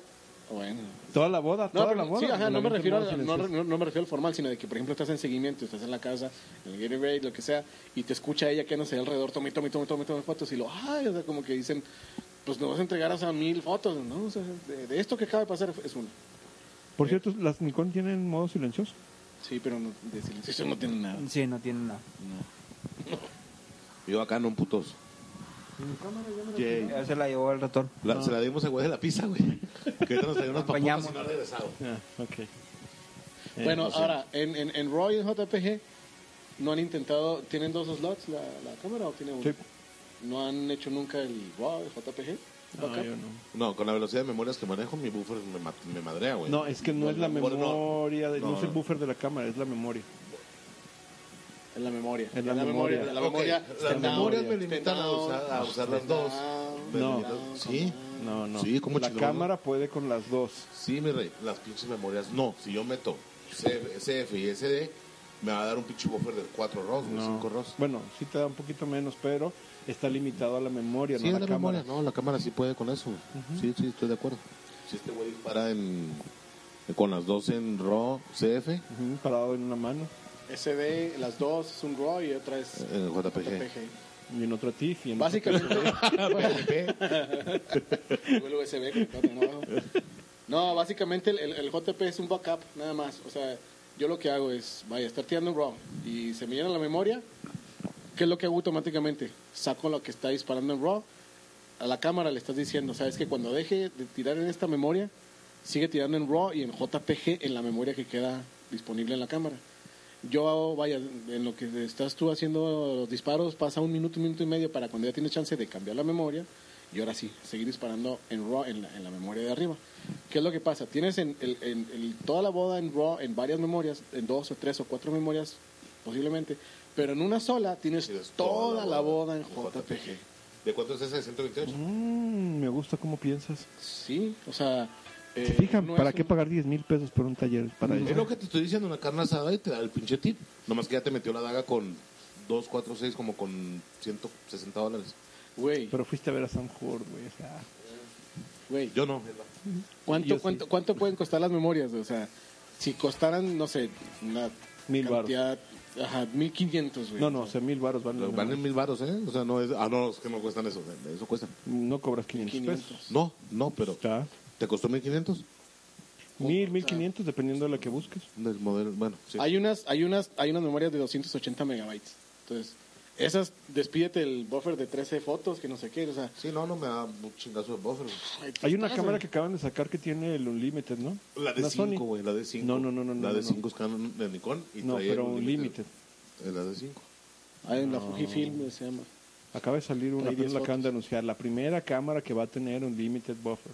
Bueno.
Toda la boda,
No,
toda
pero
la boda.
sí, ajá,
me la
no, me
aventé en
refiero
modo
a- no,
silencioso.
no- no me refiero al formal, sino de que, por ejemplo, estás en seguimiento, estás en la casa, en el getaway, lo que sea, y te escucha ella que no sé, alrededor, tome, tome, tome, tome, tome fotos, y lo, ay, o sea, como que dicen, pues nos vas a entregar hasta mil fotos, ¿no? O sea, de, de esto que acaba de pasar es una.
Por cierto, las Nikon tienen modo silencioso.
Sí, pero no, de silencio eso no tiene nada.
Sí, no tiene nada.
Yo acá no un putoso.
Ya se la llevó el ratón.
La- Se la dimos a güey de la pizza, güey. Que ahorita nos traía unas papotas
Acompañamos.
y no ha regresado.
ok.
bueno,
pues
ahora, en, en, en Roy, en JPG, ¿no han intentado, tienen dos slots la, la cámara o tiene uno?
Sí.
¿No han hecho nunca el wow, el JPG?
No,
Backup.
yo no.
No, con la velocidad de memorias que manejo, mi buffer me, ma- me madrea, güey.
No, es que no es la
mejor no.
memoria, de- no,
No,
es el
no.
buffer de la cámara, es la memoria.
En la memoria.
En la memoria.
En la memoria.
Ok, Las
en la
memorias me
memoria.
limitan a usar, a usar las dos. Me
No.
limitan- Sí.
No, no.
Sí, ¿cómo
la
chingón,
cámara puede con las dos.
Sí, mi rey, las pinches memorias no. Si yo meto CF, CF y SD, me va a dar un pinche buffer de 4 ROS, de 5 ROS.
Bueno, sí te da un poquito menos, pero está limitado a la memoria,
Sí,
no a
la,
la, cámara.
memoria, no, la cámara sí puede con eso. Sí, sí, estoy de acuerdo. Si este güey dispara en, con las dos en RO, CF, en
Ujú, parado en una mano
SD, las dos, es un RAW y otra es
Eh,
el JPG.
JPG.
y en otra TIFF y en
Básicamente.
[laughs]
Luego el USB conectado también abajo. No, básicamente el, el- el JP es un backup, nada más. O sea, yo lo que hago es, vaya, estar tirando un RAW y se me llena la memoria. ¿Qué es lo que hago automáticamente? Saco lo que está disparando en RAW. A la cámara le estás diciendo, sabes que cuando deje de tirar en esta memoria, sigue tirando en RAW y en JPG en la memoria que queda disponible en la cámara. Yo, hago, vaya, en lo que estás tú haciendo los disparos, pasa un minuto, un minuto y medio para cuando ya tienes chance de cambiar la memoria y ahora sí, seguir disparando en RAW en la, en la memoria de arriba. ¿Qué es lo que pasa? Tienes en, el- en- el- toda la boda en RAW en varias memorias, en dos o tres o cuatro memorias posiblemente, pero en una sola tienes
Tienes
toda la boda en
JPG.
JPG.
¿De cuánto es ese? ¿De 128?
Mm, me gusta cómo piensas.
Sí, o sea... eh,
¿Se fijan?
no
¿Para
es
qué
un-
pagar 10 mil pesos por un taller? Para
Mm, Es
eso?
lo que te estoy diciendo, una carne asada y te da el pinche tip. Nomás que ya te metió la daga con 2, 4, 6, como con 160 dólares.
Güey,
Pero fuiste a ver a Sam Horde, güey. o sea,
güey.
Yo no.
Yo
¿Cuánto,
sí.
cuánto, ¿Cuánto pueden costar las memorias? O sea, si costaran, no sé, una
Mil baros.
cantidad, ajá, mil quinientos, güey.
No, no, o sea, mil baros van.
Van en mil baros, ¿eh? O sea, no es... Ah, no, es que no cuestan eso. Eso cuesta.
No cobras 500,
500.
pesos.
No, no, pero...
Está.
¿Te costó 1500?
Mil, mil quinientos, dependiendo de la que busques.
Del modelo, bueno, sí.
Hay unas, hay unas, hay unas memorias de 280 megabytes. Entonces, esas, despídete el buffer de 13 fotos, que no sé qué, o sea.
Sí, no, no me da un chingazo de buffer.
Hay una cámara que acaban de sacar que tiene el Unlimited, ¿no?
La de 5,
Una Sony.
güey, la de 5.
No, no, no, no,
La
no,
de
no.
5 es Canon de Nikon y
No,
traía
pero
el
Unlimited.
Eh, La de 5.
Hay en la Fujifilm, se llama.
Acaba de salir una,
Hay diez
apenas la acaban
fotos.
de anunciar. La primera cámara que va a tener Unlimited Buffer.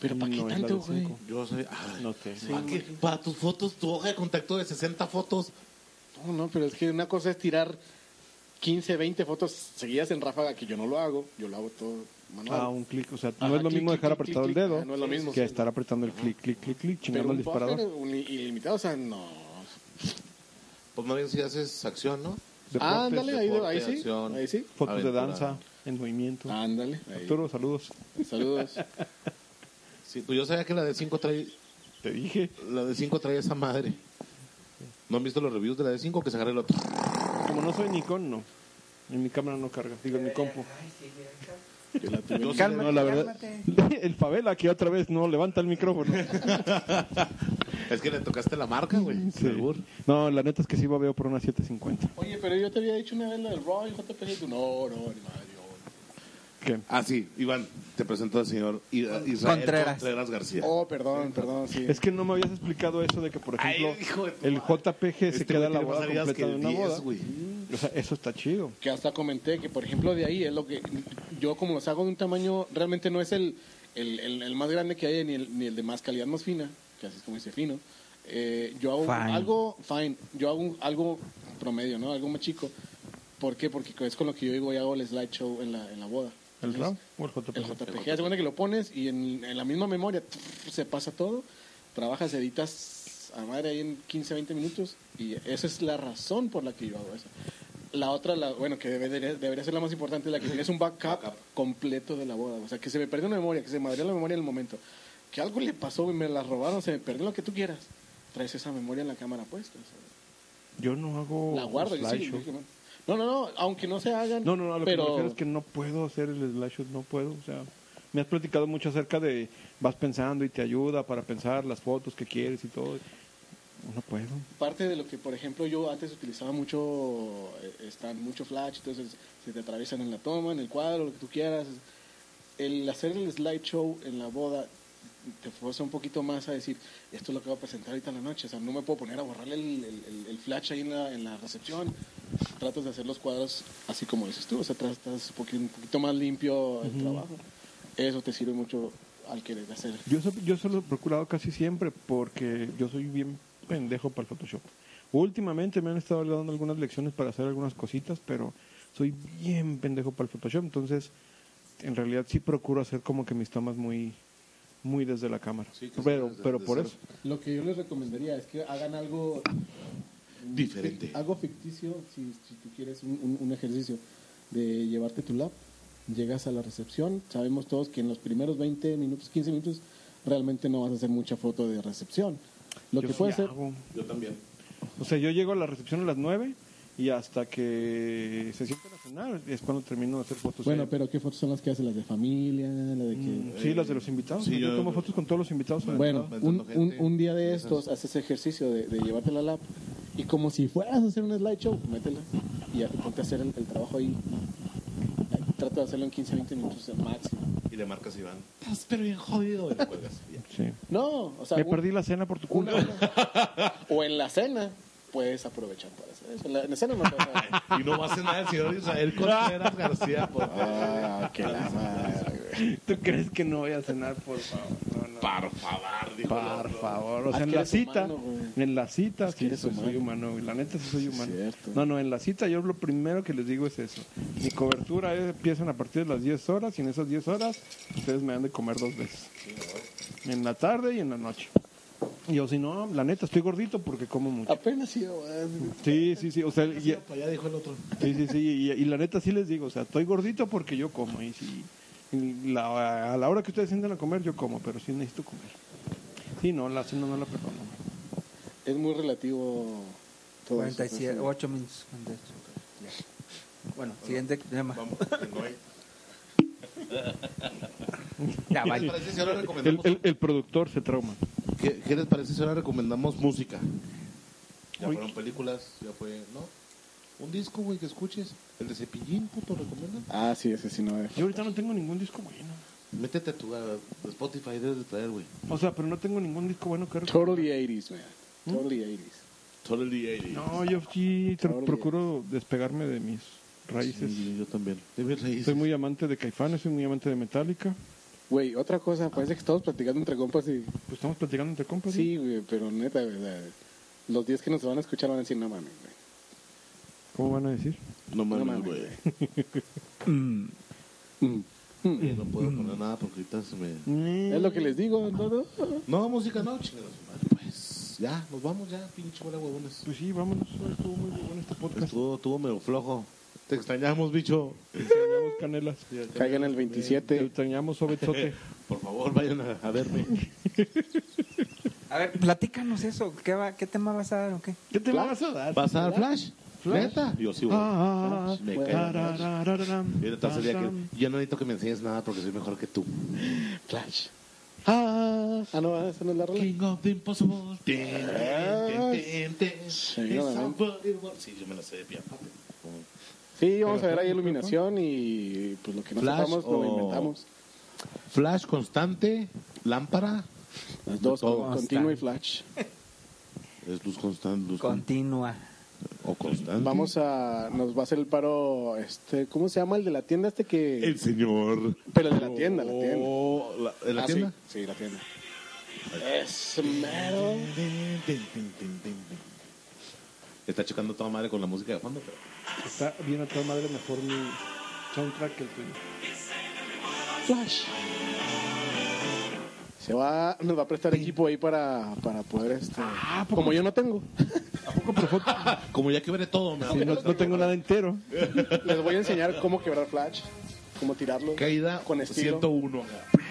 Pero ¿para qué
No, es la de
tanto, güey?
cinco.
Yo sé. ay,
No te-
¿para, qué? Para tus fotos, tu hoja de contacto de 60 fotos.
No, no, pero es que una cosa es tirar 15, 20 fotos seguidas en ráfaga, que yo no lo hago, yo lo hago todo
Ah.
manual.
a Ah, un clic. O sea,
Ajá,
no es lo
clic,
mismo
clic,
dejar
clic,
apretado el
clic,
dedo
clic. No es lo mismo.
que estar apretando el clic, clic, clic, clic,
Pero
chingando el
un buffer
disparador.
un- ilimitado, o sea, no.
Pues más bien si haces acción, ¿no?
Ah,
Deportes,
ándale, ahí,
deporte,
ahí sí.
acción.
Ahí sí.
Fotos de
aventura.
danza, en movimiento.
Ándale. Ah, ahí.
Arturo, saludos.
Saludos.
Sí, pues yo sabía que la de 5 trae,
Te dije.
la de 5 trae esa madre. ¿No han visto los reviews de la de 5 que se agarra el otro?
Como no soy Nikon, no. En mi cámara no carga, digo, en mi compu.
Yo sí-
Cálmate,
No, la verdad. [laughs] El favela que otra vez no levanta
[laughs]
el micrófono.
es que le tocaste la marca, güey.
Sí.
Albur.
No, la neta es que sí babeo por una 750.
Oye, pero yo te había dicho una vez lo del Roy, JPG, y tú, no, no, ni madre, yo.
¿Qué?
Ah, sí, Iván, te presento al señor I- Israel
Contreras.
Contreras, García.
Oh, perdón, perdón, sí.
Es que no me habías explicado eso de que, por
Ay,
ejemplo,
hijo de tu
el
madre.
JPG se
Este
queda
güey
la
tiene
boda
más heridas
completa
que
de una
10,
boda.
güey.
O sea, eso está chido.
que hasta comenté que por ejemplo de ahí es lo que yo como los hago de un tamaño realmente no es el, el, el- el más grande que hay ni el, ni el de más calidad más fina que así es como dice fino eh, yo hago
Fine.
algo fine yo hago un- algo promedio no algo más chico ¿por qué? porque es con lo que yo digo y hago el slideshow en la, en la boda
¿El
Entonces,
RAM o el JPG?
el JPG, hace cuenta que lo pones y en, en la misma memoria tf, se pasa todo, trabajas, editas a madre ahí en 15, 20 minutos y esa es la razón por la que yo hago eso. La otra, la, bueno, que debe- debería, debería ser la más importante, la que tienes un backup, completo de la boda. O sea, que se me perdió una memoria, que se me abrió la memoria en el momento. Que algo le pasó y me la robaron, se me perdió lo que tú quieras. Traes esa memoria en la cámara puesta. o sea,
Yo no hago
la guardo y sí.
Oh, slideshow.
No, no, no, aunque no se hagan.
No, no, no, lo
pero...
que me refiero es que no puedo hacer el slideshow, no puedo, o sea, me has platicado mucho acerca de vas pensando y te ayuda para pensar las fotos que quieres y todo. No puedo.
parte de lo que, por ejemplo, yo antes utilizaba mucho, eh, están mucho flash, entonces se te atraviesan en la toma, en el cuadro, lo que tú quieras. El hacer el slideshow en la boda te fuerza un poquito más a decir, esto es lo que voy a presentar ahorita en la noche, o sea, no me puedo poner a borrarle el, el- el- el flash ahí en la, en la recepción. Tratas de hacer los cuadros así como dices tú, o sea, tratas un poqui- un poquito más limpio el trabajo. Eso te sirve mucho al querer hacer.
Yo, so- yo solo he procurado casi siempre porque yo soy bien pendejo para el Photoshop. Últimamente me han estado dando algunas lecciones para hacer algunas cositas, pero soy bien pendejo para el Photoshop, entonces en realidad sí procuro hacer como que mis tomas muy muy desde la cámara.
Sí, que
pero
sea desde-
pero
desde
por
cero.
eso
Lo que yo les recomendaría es que hagan algo
Diferente.
Algo ficticio, si, si tú quieres un, un- un ejercicio de llevarte tu lap, llegas a la recepción, sabemos todos que en los primeros 20 minutos, 15 minutos, realmente no vas a hacer mucha foto de recepción. Lo
yo
que
sí
puede ser,
hago.
Yo también.
O sea, yo llego a la recepción a las 9 y hasta que se sientan a cenar es cuando termino de hacer fotos.
bueno,
Ahí.
pero ¿qué fotos son las que hacen? ¿Las de familia? ¿La de que...
pues, eh. Mm, sí, las de los invitados.
Sí,
yo,
yo-
tomo fotos con todos los invitados. en el
Bueno,
lado.
un, un-
gente.
un día de estos haces ejercicio de, de llevarte la lap y como si fueras a hacer un slideshow, métela y ya, ponte a hacer el, el trabajo ahí. Trata de hacerlo en 15, 20 minutos al máximo.
Y le marcas a Iván. Estás pero bien jodido. Y le cuelgas. Ya.
Sí.
No, o sea,
Me
un-
perdí la cena por tu
Una
culpa.
hora. o en la cena puedes aprovechar para hacer eso. En la, en la cena no pasa nada.
Y no va a hacer nada el señor Israel Contreras García. Por
[laughs] Ah, qué la madre, güey.
[laughs] ¿Tú crees que no voy a cenar, por favor? No, no.
Por favor, dijo el
Por
otro.
favor, o
Ah,
sea, en
que
la
eres
cita,
humano, güey.
en la cita,
que
sí,
eres
soy, soy
humano.
humano, güey, la neta sí soy humano.
cierto.
No, no, en la cita yo lo primero que les digo es eso. Mi cobertura es- empiezan a partir de las 10 horas y en esas 10 horas ustedes me dan de comer dos veces. En la tarde y en la noche. Y Yo si no, la neta estoy gordito porque como mucho.
Apenas iba güey.
Sí, sí, sí, o sea, y-
Para allá dijo el otro.
sí, sí, sí, y, y la neta sí les digo, o sea, estoy gordito porque yo como y si y la- a la hora que ustedes sienten a comer yo como, pero sí necesito comer. Sí, no, la cena no la perdono. güey.
Es muy relativo todo eso,
47,
pues,
8 minutos. 48. Ya. Bueno, siguiente tema.
Vamos, que no hay.
Ya,
¿Qué les
vaya.
parece si ahora
El,
recomendamos,
el- el productor se trauma.
¿qué, qué les parece si ahora recomendamos música? Ya
Uy.
fueron películas, ya fue, ¿no? Un disco, güey, que escuches. El de Cepillín, puto, recomiendan.
Ah, sí, ese sí no es.
Yo ahorita no tengo ningún disco bueno.
Métete a tu a Spotify, debes de traer, güey.
O sea, pero no tengo ningún disco bueno que recomendar.
Totally 80s, man.
¿Mm?
Totally 80s.
Totally 80.
No, yo sí tra-
Ahora
procuro despegarme de mis raíces.
Sí, yo también. De mis raíces.
Soy muy amante de Caifanes, soy muy amante de Metallica.
Güey, otra cosa, parece que estamos platicando entre compas y...
Pues estamos platicando entre compas. ¿no?
Sí, güey, pero neta, güey, o sea, los 10 que nos van a escuchar van a decir, no mames, güey.
¿Cómo van a decir?
No
No
mames,
mames,
güey.
Mm,
Mm.
Eh, no puedo poner nada porque ahorita se me...
Es lo que les digo, no, no.
No, música no, chingados. madre, Pues ya, nos vamos ya, pinche bola de huevones.
Pues sí, vámonos. Estuvo muy bueno este podcast.
Estuvo, estuvo medio flojo. Te extrañamos, bicho.
Extrañamos Canelas.
Caigan el
Te
27.
extrañamos, Sobetzote.
Por favor, vayan a, a verme.
A ver, platícanos eso. ¿Qué, va, ¿Qué tema vas a dar o qué?
[laughs] ¿Qué te vas a dar?
¿Vas a dar flash? ¿Neta? Yo sí, güey.
Ah,
Me cae. Y ahorita salía que- Yo no necesito que me enseñes nada porque soy mejor que tú.
Flash.
Ah, ah, no, esa no es la rola.
King of the Impossible. Tin, tin,
Ah,
tin, tin, tin.
Seguramente.
Somebody wants- Sí, yo me la sé de pie.
Sí, vamos a ver ahí iluminación y pues lo que no
Flash
sepamos
o-
lo inventamos.
Flash constante, lámpara.
Las dos,
Todo.
continuo y flash.
Es luz constante. Luz con-
Continúa.
o constante.
Vamos a, nos va a hacer el paro, este, ¿cómo se llama? El de la tienda este que...
El señor.
Pero el de la tienda, la tienda.
Oh, la- ¿en la
Ah, sí,
tienda?
Sí, la tienda. Es mero.
Está checando toda madre con la música de fondo, pero.
Está bien a toda madre mejor mi soundtrack que el tuyo.
Flash. Se va, nos va a prestar equipo ahí para, para poder este.
Ah,
como yo no tengo.
Como ya quebré todo, me da
Sí, no, no tengo nada entero.
Les voy a enseñar cómo quebrar flash, cómo tirarlo.
Caída
con estilo.
101.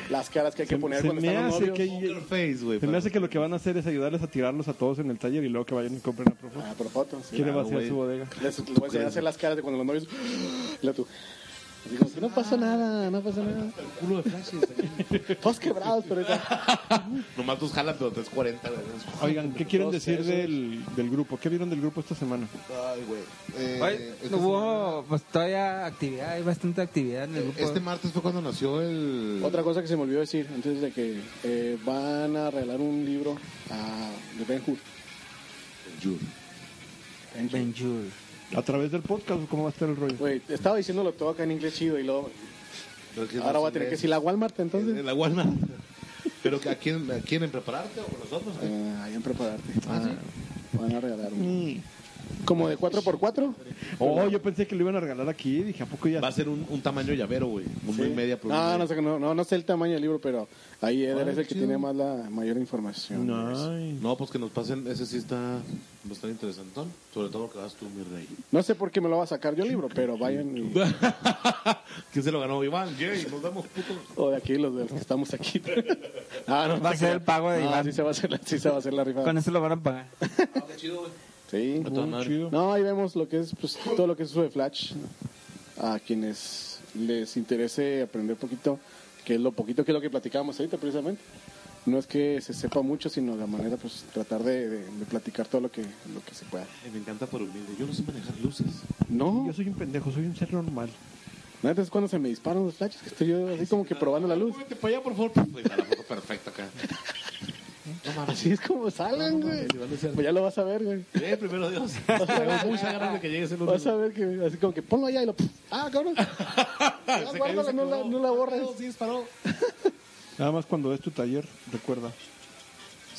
Las caras que hay que
Se-
poner
se
cuando
me
están los
hace
novios.
que-
Poker face, güey.
Se me hace que lo que van a hacer es ayudarles a tirarlos a todos en el taller y luego que vayan y compren a Profut.
Ah, por fotos. sí.
¿Quién le va a hacer
güey.
su bodega?
Les, les voy a enseñar a hacer las caras de cuando los novios. [gasps] La tú. Así como que no pasa nada, no pasa nada.
culo de flashes.
Todos quebrados, pero ya.
Nomás tus jalan, pero 340, güey.
Oigan, ¿qué quieren
Dos
decir
pesos.
del, del grupo? ¿Qué vieron del grupo esta semana?
Ay, güey. Eh,
Hoy
esta
hubo pues, todavía actividad, hay bastante actividad en el
semana-
grupo.
Este martes fue cuando nació el.
Otra cosa que se me olvidó decir antes de que eh, van a regalar un libro a, de Ben Hur.
Yur.
Ben Yur.
¿A través del podcast o cómo va a estar el rollo?
Güey, estaba diciéndolo todo acá en inglés chido y luego
Creo que es
ahora
más
voy a tener que
inglés.
decir la Walmart
En
entonces.
la Walmart. Pero que a quién a quién en prepararte o con nosotros. güey?
Ah, ahí en prepararte. Van a regalar un- Como de 4x4.
Oh, yo pensé que lo iban a regalar aquí. Dije, ¿a poco ya?
Va a ser un, un tamaño llavero, güey. Un y media por
No,
un-
no sé, no, no, no sé el tamaño del libro, pero ahí Eder
Ah,
es el que
chido.
tiene más la mayor información.
Ay.
No, pues que nos pasen, ese sí está bastante interesantón. Sobre todo que vas tú, mi rey. [laughs]
No sé por qué me lo va a sacar yo el libro, pero vayan [laughs] y-
¿Quién se lo ganó? Iván, Jay, nos damos putos.
o de aquí los de los que estamos aquí. [laughs] Ah, no,
Va a
te
ser el
creas.
pago de
No,
Iván.
Sí se va a hacer la, sí se va a hacer la rifa.
Con eso lo van a pagar.
Ah, qué chido, güey.
Sí.
A toda
Muy
madre.
chido.
No, ahí vemos lo que es pues, todo lo que es uso de Flash. A quienes les interese aprender poquito, que es lo poquito que es lo que platicábamos ahorita precisamente. No es que se sepa mucho, sino la manera pues tratar de, de- de platicar todo lo que lo que se pueda.
Ay, Me encanta por humilde. Yo no sé manejar luces.
No,
Yo soy un pendejo, soy un ser normal.
neta es cuando se me disparan los flashes, que estoy yo así como que probando la luz.
Vete para allá, por favor. Güey, para la foto perfecta acá. No mames.
Así es como salen, güey. Pues ya lo vas a ver, güey.
Eh, primero
[laughs]
Dios. Tengo
ah,
muchas ganas de que llegues el lunes.
Vas a ver que así como que ponlo allá y lo. Ah, cabrón. Ya,
Se cayó,
guárdala,
se
no la,
colgó.
no la borres.
Sí, disparó.
Nada más cuando ves tu taller,
[laughs]
recuerda.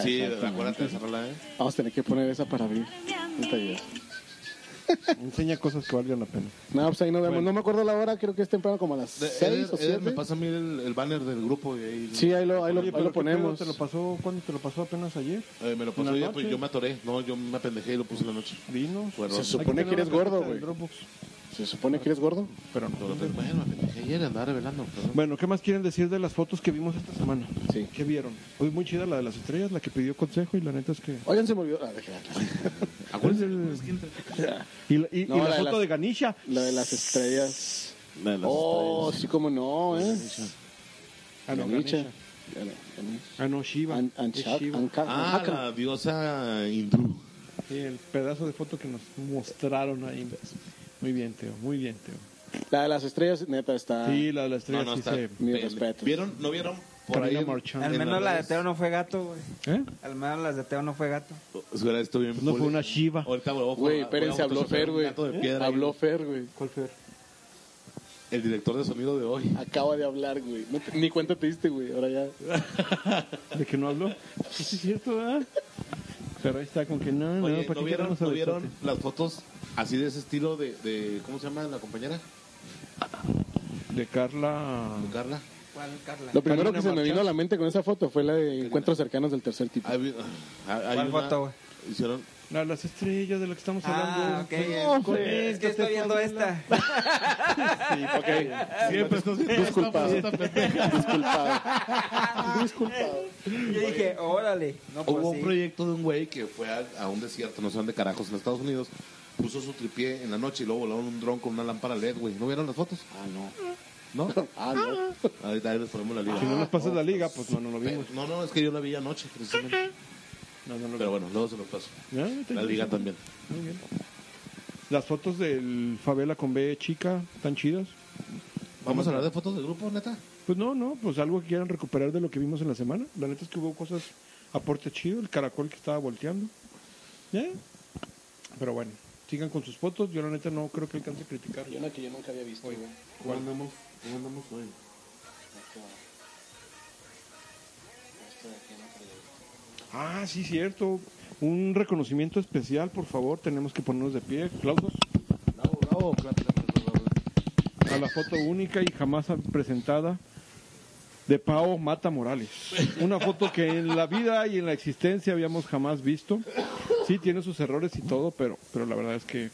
Sí, acuérdate de esa rola, eh.
Vamos a tener que poner esa para abrir el taller.
Enseña cosas que valgan la pena.
No, pues ahí nos vemos. No me acuerdo la hora, creo que es temprano como a las
Eh,
De-
6
Eder,
o
Eder,
7.
Eh, me pasa a mí el, el banner del grupo y ahí
Sí, ahí lo, ahí lo,
Oye,
ahí
pero
lo
¿qué pedo?
ponemos.
¿Te lo pasó? ¿Cuándo te lo pasó apenas ayer?
Eh, me lo pasó
¿En la
ella, pues
noche?
yo me atoré. No, yo me apendejé y lo puse en la noche.
Dinos.
Fue error.
Se Pues, supone
Hay
que eres
tener una
gordo,
tarjeta
güey.
de Dropbox,
Se supone que eres gordo.
Pero no.
Pero, pero, bueno, me apendejé ayer, andaba revelando. perdón.
Bueno, ¿qué más quieren decir de las fotos que vimos esta semana?
Sí.
¿Qué vieron? Hoy muy chida la de las estrellas, la que pidió consejo y la neta es que...
Oigan, se me olvidó. Ah, déjala.
Acuérdense, es
Y la, y- y
No,
la
la de
foto
las-
de Ganisha.
La de las estrellas.
La de las
oh, sí, como no, ¿eh?
Ah, no,
Ganicha.
Ganesha. Ah, no, Shiva.
An-
Es
Ancha-
Shiva.
Anka-
Ah,
Anka.
la diosa hindú.
Sí, el pedazo de foto que nos mostraron ahí. Muy bien, Teo, muy bien, Teo.
La de las estrellas, neta, está.
Sí, la de las estrellas
Ah. No, no,
sí
está.
se... ¿eh?
Mi
Pende-
respeto.
¿Vieron? ¿No vieron? Por
Karina
ahí.
Marchand.
Al
en
menos
las
la de
redes?
Teo no fue gato, güey.
¿Eh?
Al menos las de Teo no fue gato.
Suena esto bien.
Pues no fue una Shiva.
Ahorita volvemos a-
Güey,
voy a
espérense, habló
autochofer,
Fer,
un
güey.
gato de piedra ahí.
Habló Fer, güey.
¿Cuál fue?
el director de sonido de hoy.
Acaba de hablar, güey. No te- ni cuenta te diste, güey. Ahora ya.
¿De que no habló? Sí, es cierto, ¿verdad? Pero ahí está con que no, no,
Oye, ¿no
¿para qué
vieron,
queremos
no
a
vieron
Besote?
las fotos así de ese estilo de, de- ¿Cómo se llama la compañera?
de Carla.
Carla.
¿Cuál, Carla?
Lo primero que se me
Marchand.
vino a la mente con esa foto fue la de encuentros cercanos del tercer tipo.
Hay, ah, hay- hay
¿Cuál
una-
foto, güey?
Hicieron.
La de las estrellas de la que estamos
Ah,
hablando.
ok. Es- es que estoy viendo esta.
Siempre estás
Disculpado. Disculpado. Disculpado.
Yo dije, órale. No, pues
Hubo un
sí.
proyecto de un güey que fue a, a un desierto, no sé dónde carajos, en Estados Unidos. Puso su tripié en la noche y luego volaron un dron con una lámpara LED, güey. ¿No vieron las fotos? Ah, no. ¿No?
Ah, no.
Ahorita ahí les ponemos la liga.
Si no nos pasas la liga, pues no, no lo
Pero-
vimos.
No, no, es que yo la vi anoche, precisamente.
No, no lo
Pero bueno, luego se los paso.
vimos.
La liga también.
Muy bien. Las fotos del favela con B chica, tan chidas.
¿Vamos a hablar de fotos de grupo, neta?
Pues no, no, pues algo que quieran recuperar de lo que vimos en la semana. La neta es que hubo cosas, aporte chido, el caracol que estaba volteando. ¿Eh? Pero bueno, sigan con sus fotos. Yo la neta no creo que alcance a criticar.
Hay una que yo nunca había visto, güey.
¿Cómo andamos? ¿Cómo andamos hoy?
Ah, sí, cierto. Un reconocimiento especial, por favor. Tenemos que ponernos de pie. Aplausos
Bravo, bravo, clap, clap, clap, clap, clap.
a la foto única y jamás presentada de Pao Mata Morales. Una foto que en la vida y en la existencia habíamos jamás visto. Sí, tiene sus errores y todo, pero, pero la verdad es que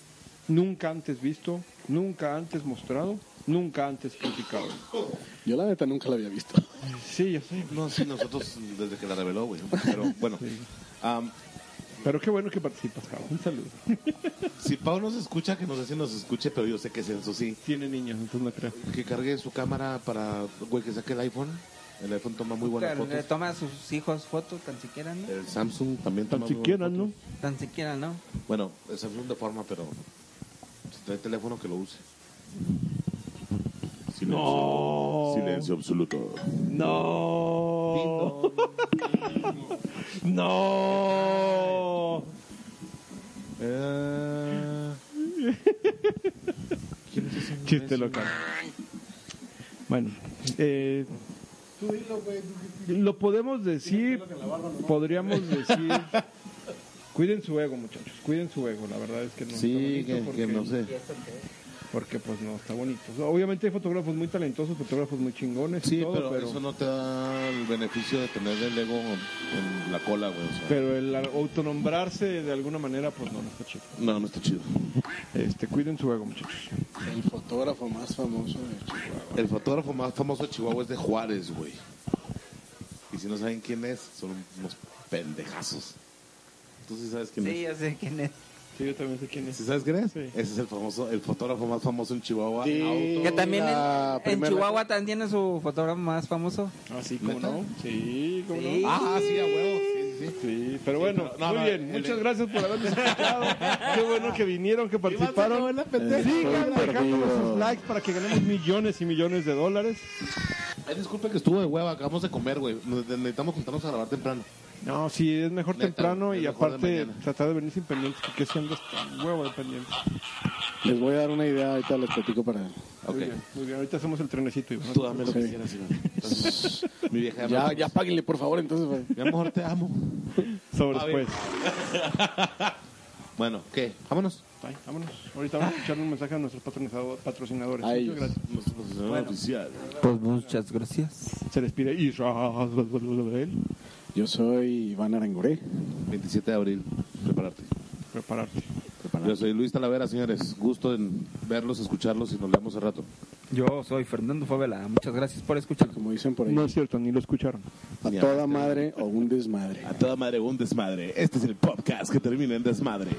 nunca antes visto, nunca antes mostrado, nunca antes criticado.
Yo la neta nunca la había visto.
Sí, yo sé.
No, sí, nosotros desde que la reveló, güey. Pero bueno, am,
Pero qué bueno que participas, Pao. Un saludo.
si Pau nos escucha, que no sé si nos escuche, pero yo sé que es eso sí.
Tiene niños, entonces no creo.
Que cargue su cámara para, güey, que saque el iPhone. El iPhone toma muy buenas
Claro, le
fotos.
toma a sus hijos fotos, tan siquiera, ¿no?
El Samsung también toma
Tan
muy
siquiera,
buenas
¿no?
fotos.
Tan siquiera, ¿no?
Bueno, el Samsung de forma, pero si trae teléfono, que lo use. Silencio. Silencio absoluto.
Oh. No. [laughs] No. Chiste local. Bueno, eh, lo podemos decir, podríamos decir. Cuiden su ego, muchachos. Cuiden su ego. La verdad es que no
Sí,
está
que,
bonito
que
porque-
no sé.
Porque pues no está bonito. Obviamente hay fotógrafos muy talentosos, fotógrafos muy chingones. y
Sí,
todo,
pero, eso no te da el beneficio de tener el ego en la cola, güey. o sea,
Pero el autonombrarse de alguna manera, pues no, no está chido.
no, no está chido.
Este, cuiden su ego, muchachos.
El fotógrafo más famoso de Chihuahua.
El fotógrafo más famoso de Chihuahua es de Juárez, güey. Y si no saben quién es, son unos pendejazos. Tú sí sabes quién
Sí, yo sé quién es.
Sí, yo también sé quién
es. ¿Sí sabes quién es?
Sí.
Ese es el famoso, el fotógrafo más famoso en Chihuahua.
Sí.
Auto-
Que también en,
La
en
primera-
Chihuahua también tiene su fotógrafo más famoso.
Ah, sí, ¿cómo
¿Neta?
no? Sí, ¿cómo
Sí.
no?
Ah, sí, a huevo. Sí, sí, sí.
Sí, pero bueno,
pero- no,
muy
no,
bien.
el-
Muchas gracias por habernos [laughs] escuchado. Qué bueno que vinieron, que participaron. Sigan
Estoy
dejándonos
perdido.
sus likes para que ganemos millones y millones de dólares.
Ay, disculpe que estuvo de hueva, acabamos de comer, güey. Nos- Necesitamos juntarnos a grabar temprano.
No, sí, es mejor
Neta,
temprano
es
y
mejor de
aparte
mañana.
tratar de venir sin pendientes, porque siendo hasta huevo de pendientes.
Les voy a dar una idea, ahorita les platico para.
Ok.
Muy bien, muy bien. Ahorita hacemos el trenecito. Iván.
Tú dame lo que
Sí.
quieras, Iván. Entonces, Mi vieja
Ya,
pues.
me-
ya páguenle, por favor, entonces. pues. güey.
Mi amor, te amo.
Sobre
Ah, bien.
después.
Bueno, ¿qué? Vámonos.
Bye, vámonos.
[laughs]
Ahorita vamos a escuchar un mensaje a nuestros patrocinado- patrocinadores.
A
Muchas
ellos.
gracias.
Nuestro profesional oficial.
Pues muchas gracias.
Se despide Israel.
Yo soy Iván Arangoré.
27 de abril. Prepararte.
Prepararte.
Yo soy Luis Talavera, señores. Gusto en verlos, escucharlos y nos leemos al rato.
Yo soy Fernando Favela. Muchas gracias por escuchar.
Como dicen por ahí,
No es cierto, ni lo escucharon.
a toda madre o un desmadre.
A toda madre un desmadre. Este es el podcast que termina en desmadre.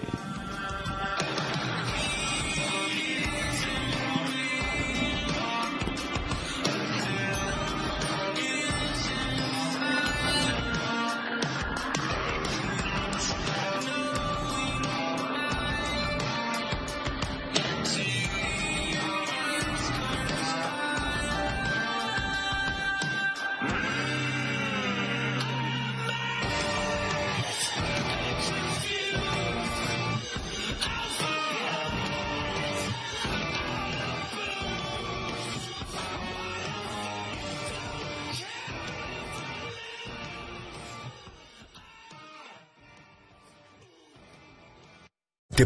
¿Te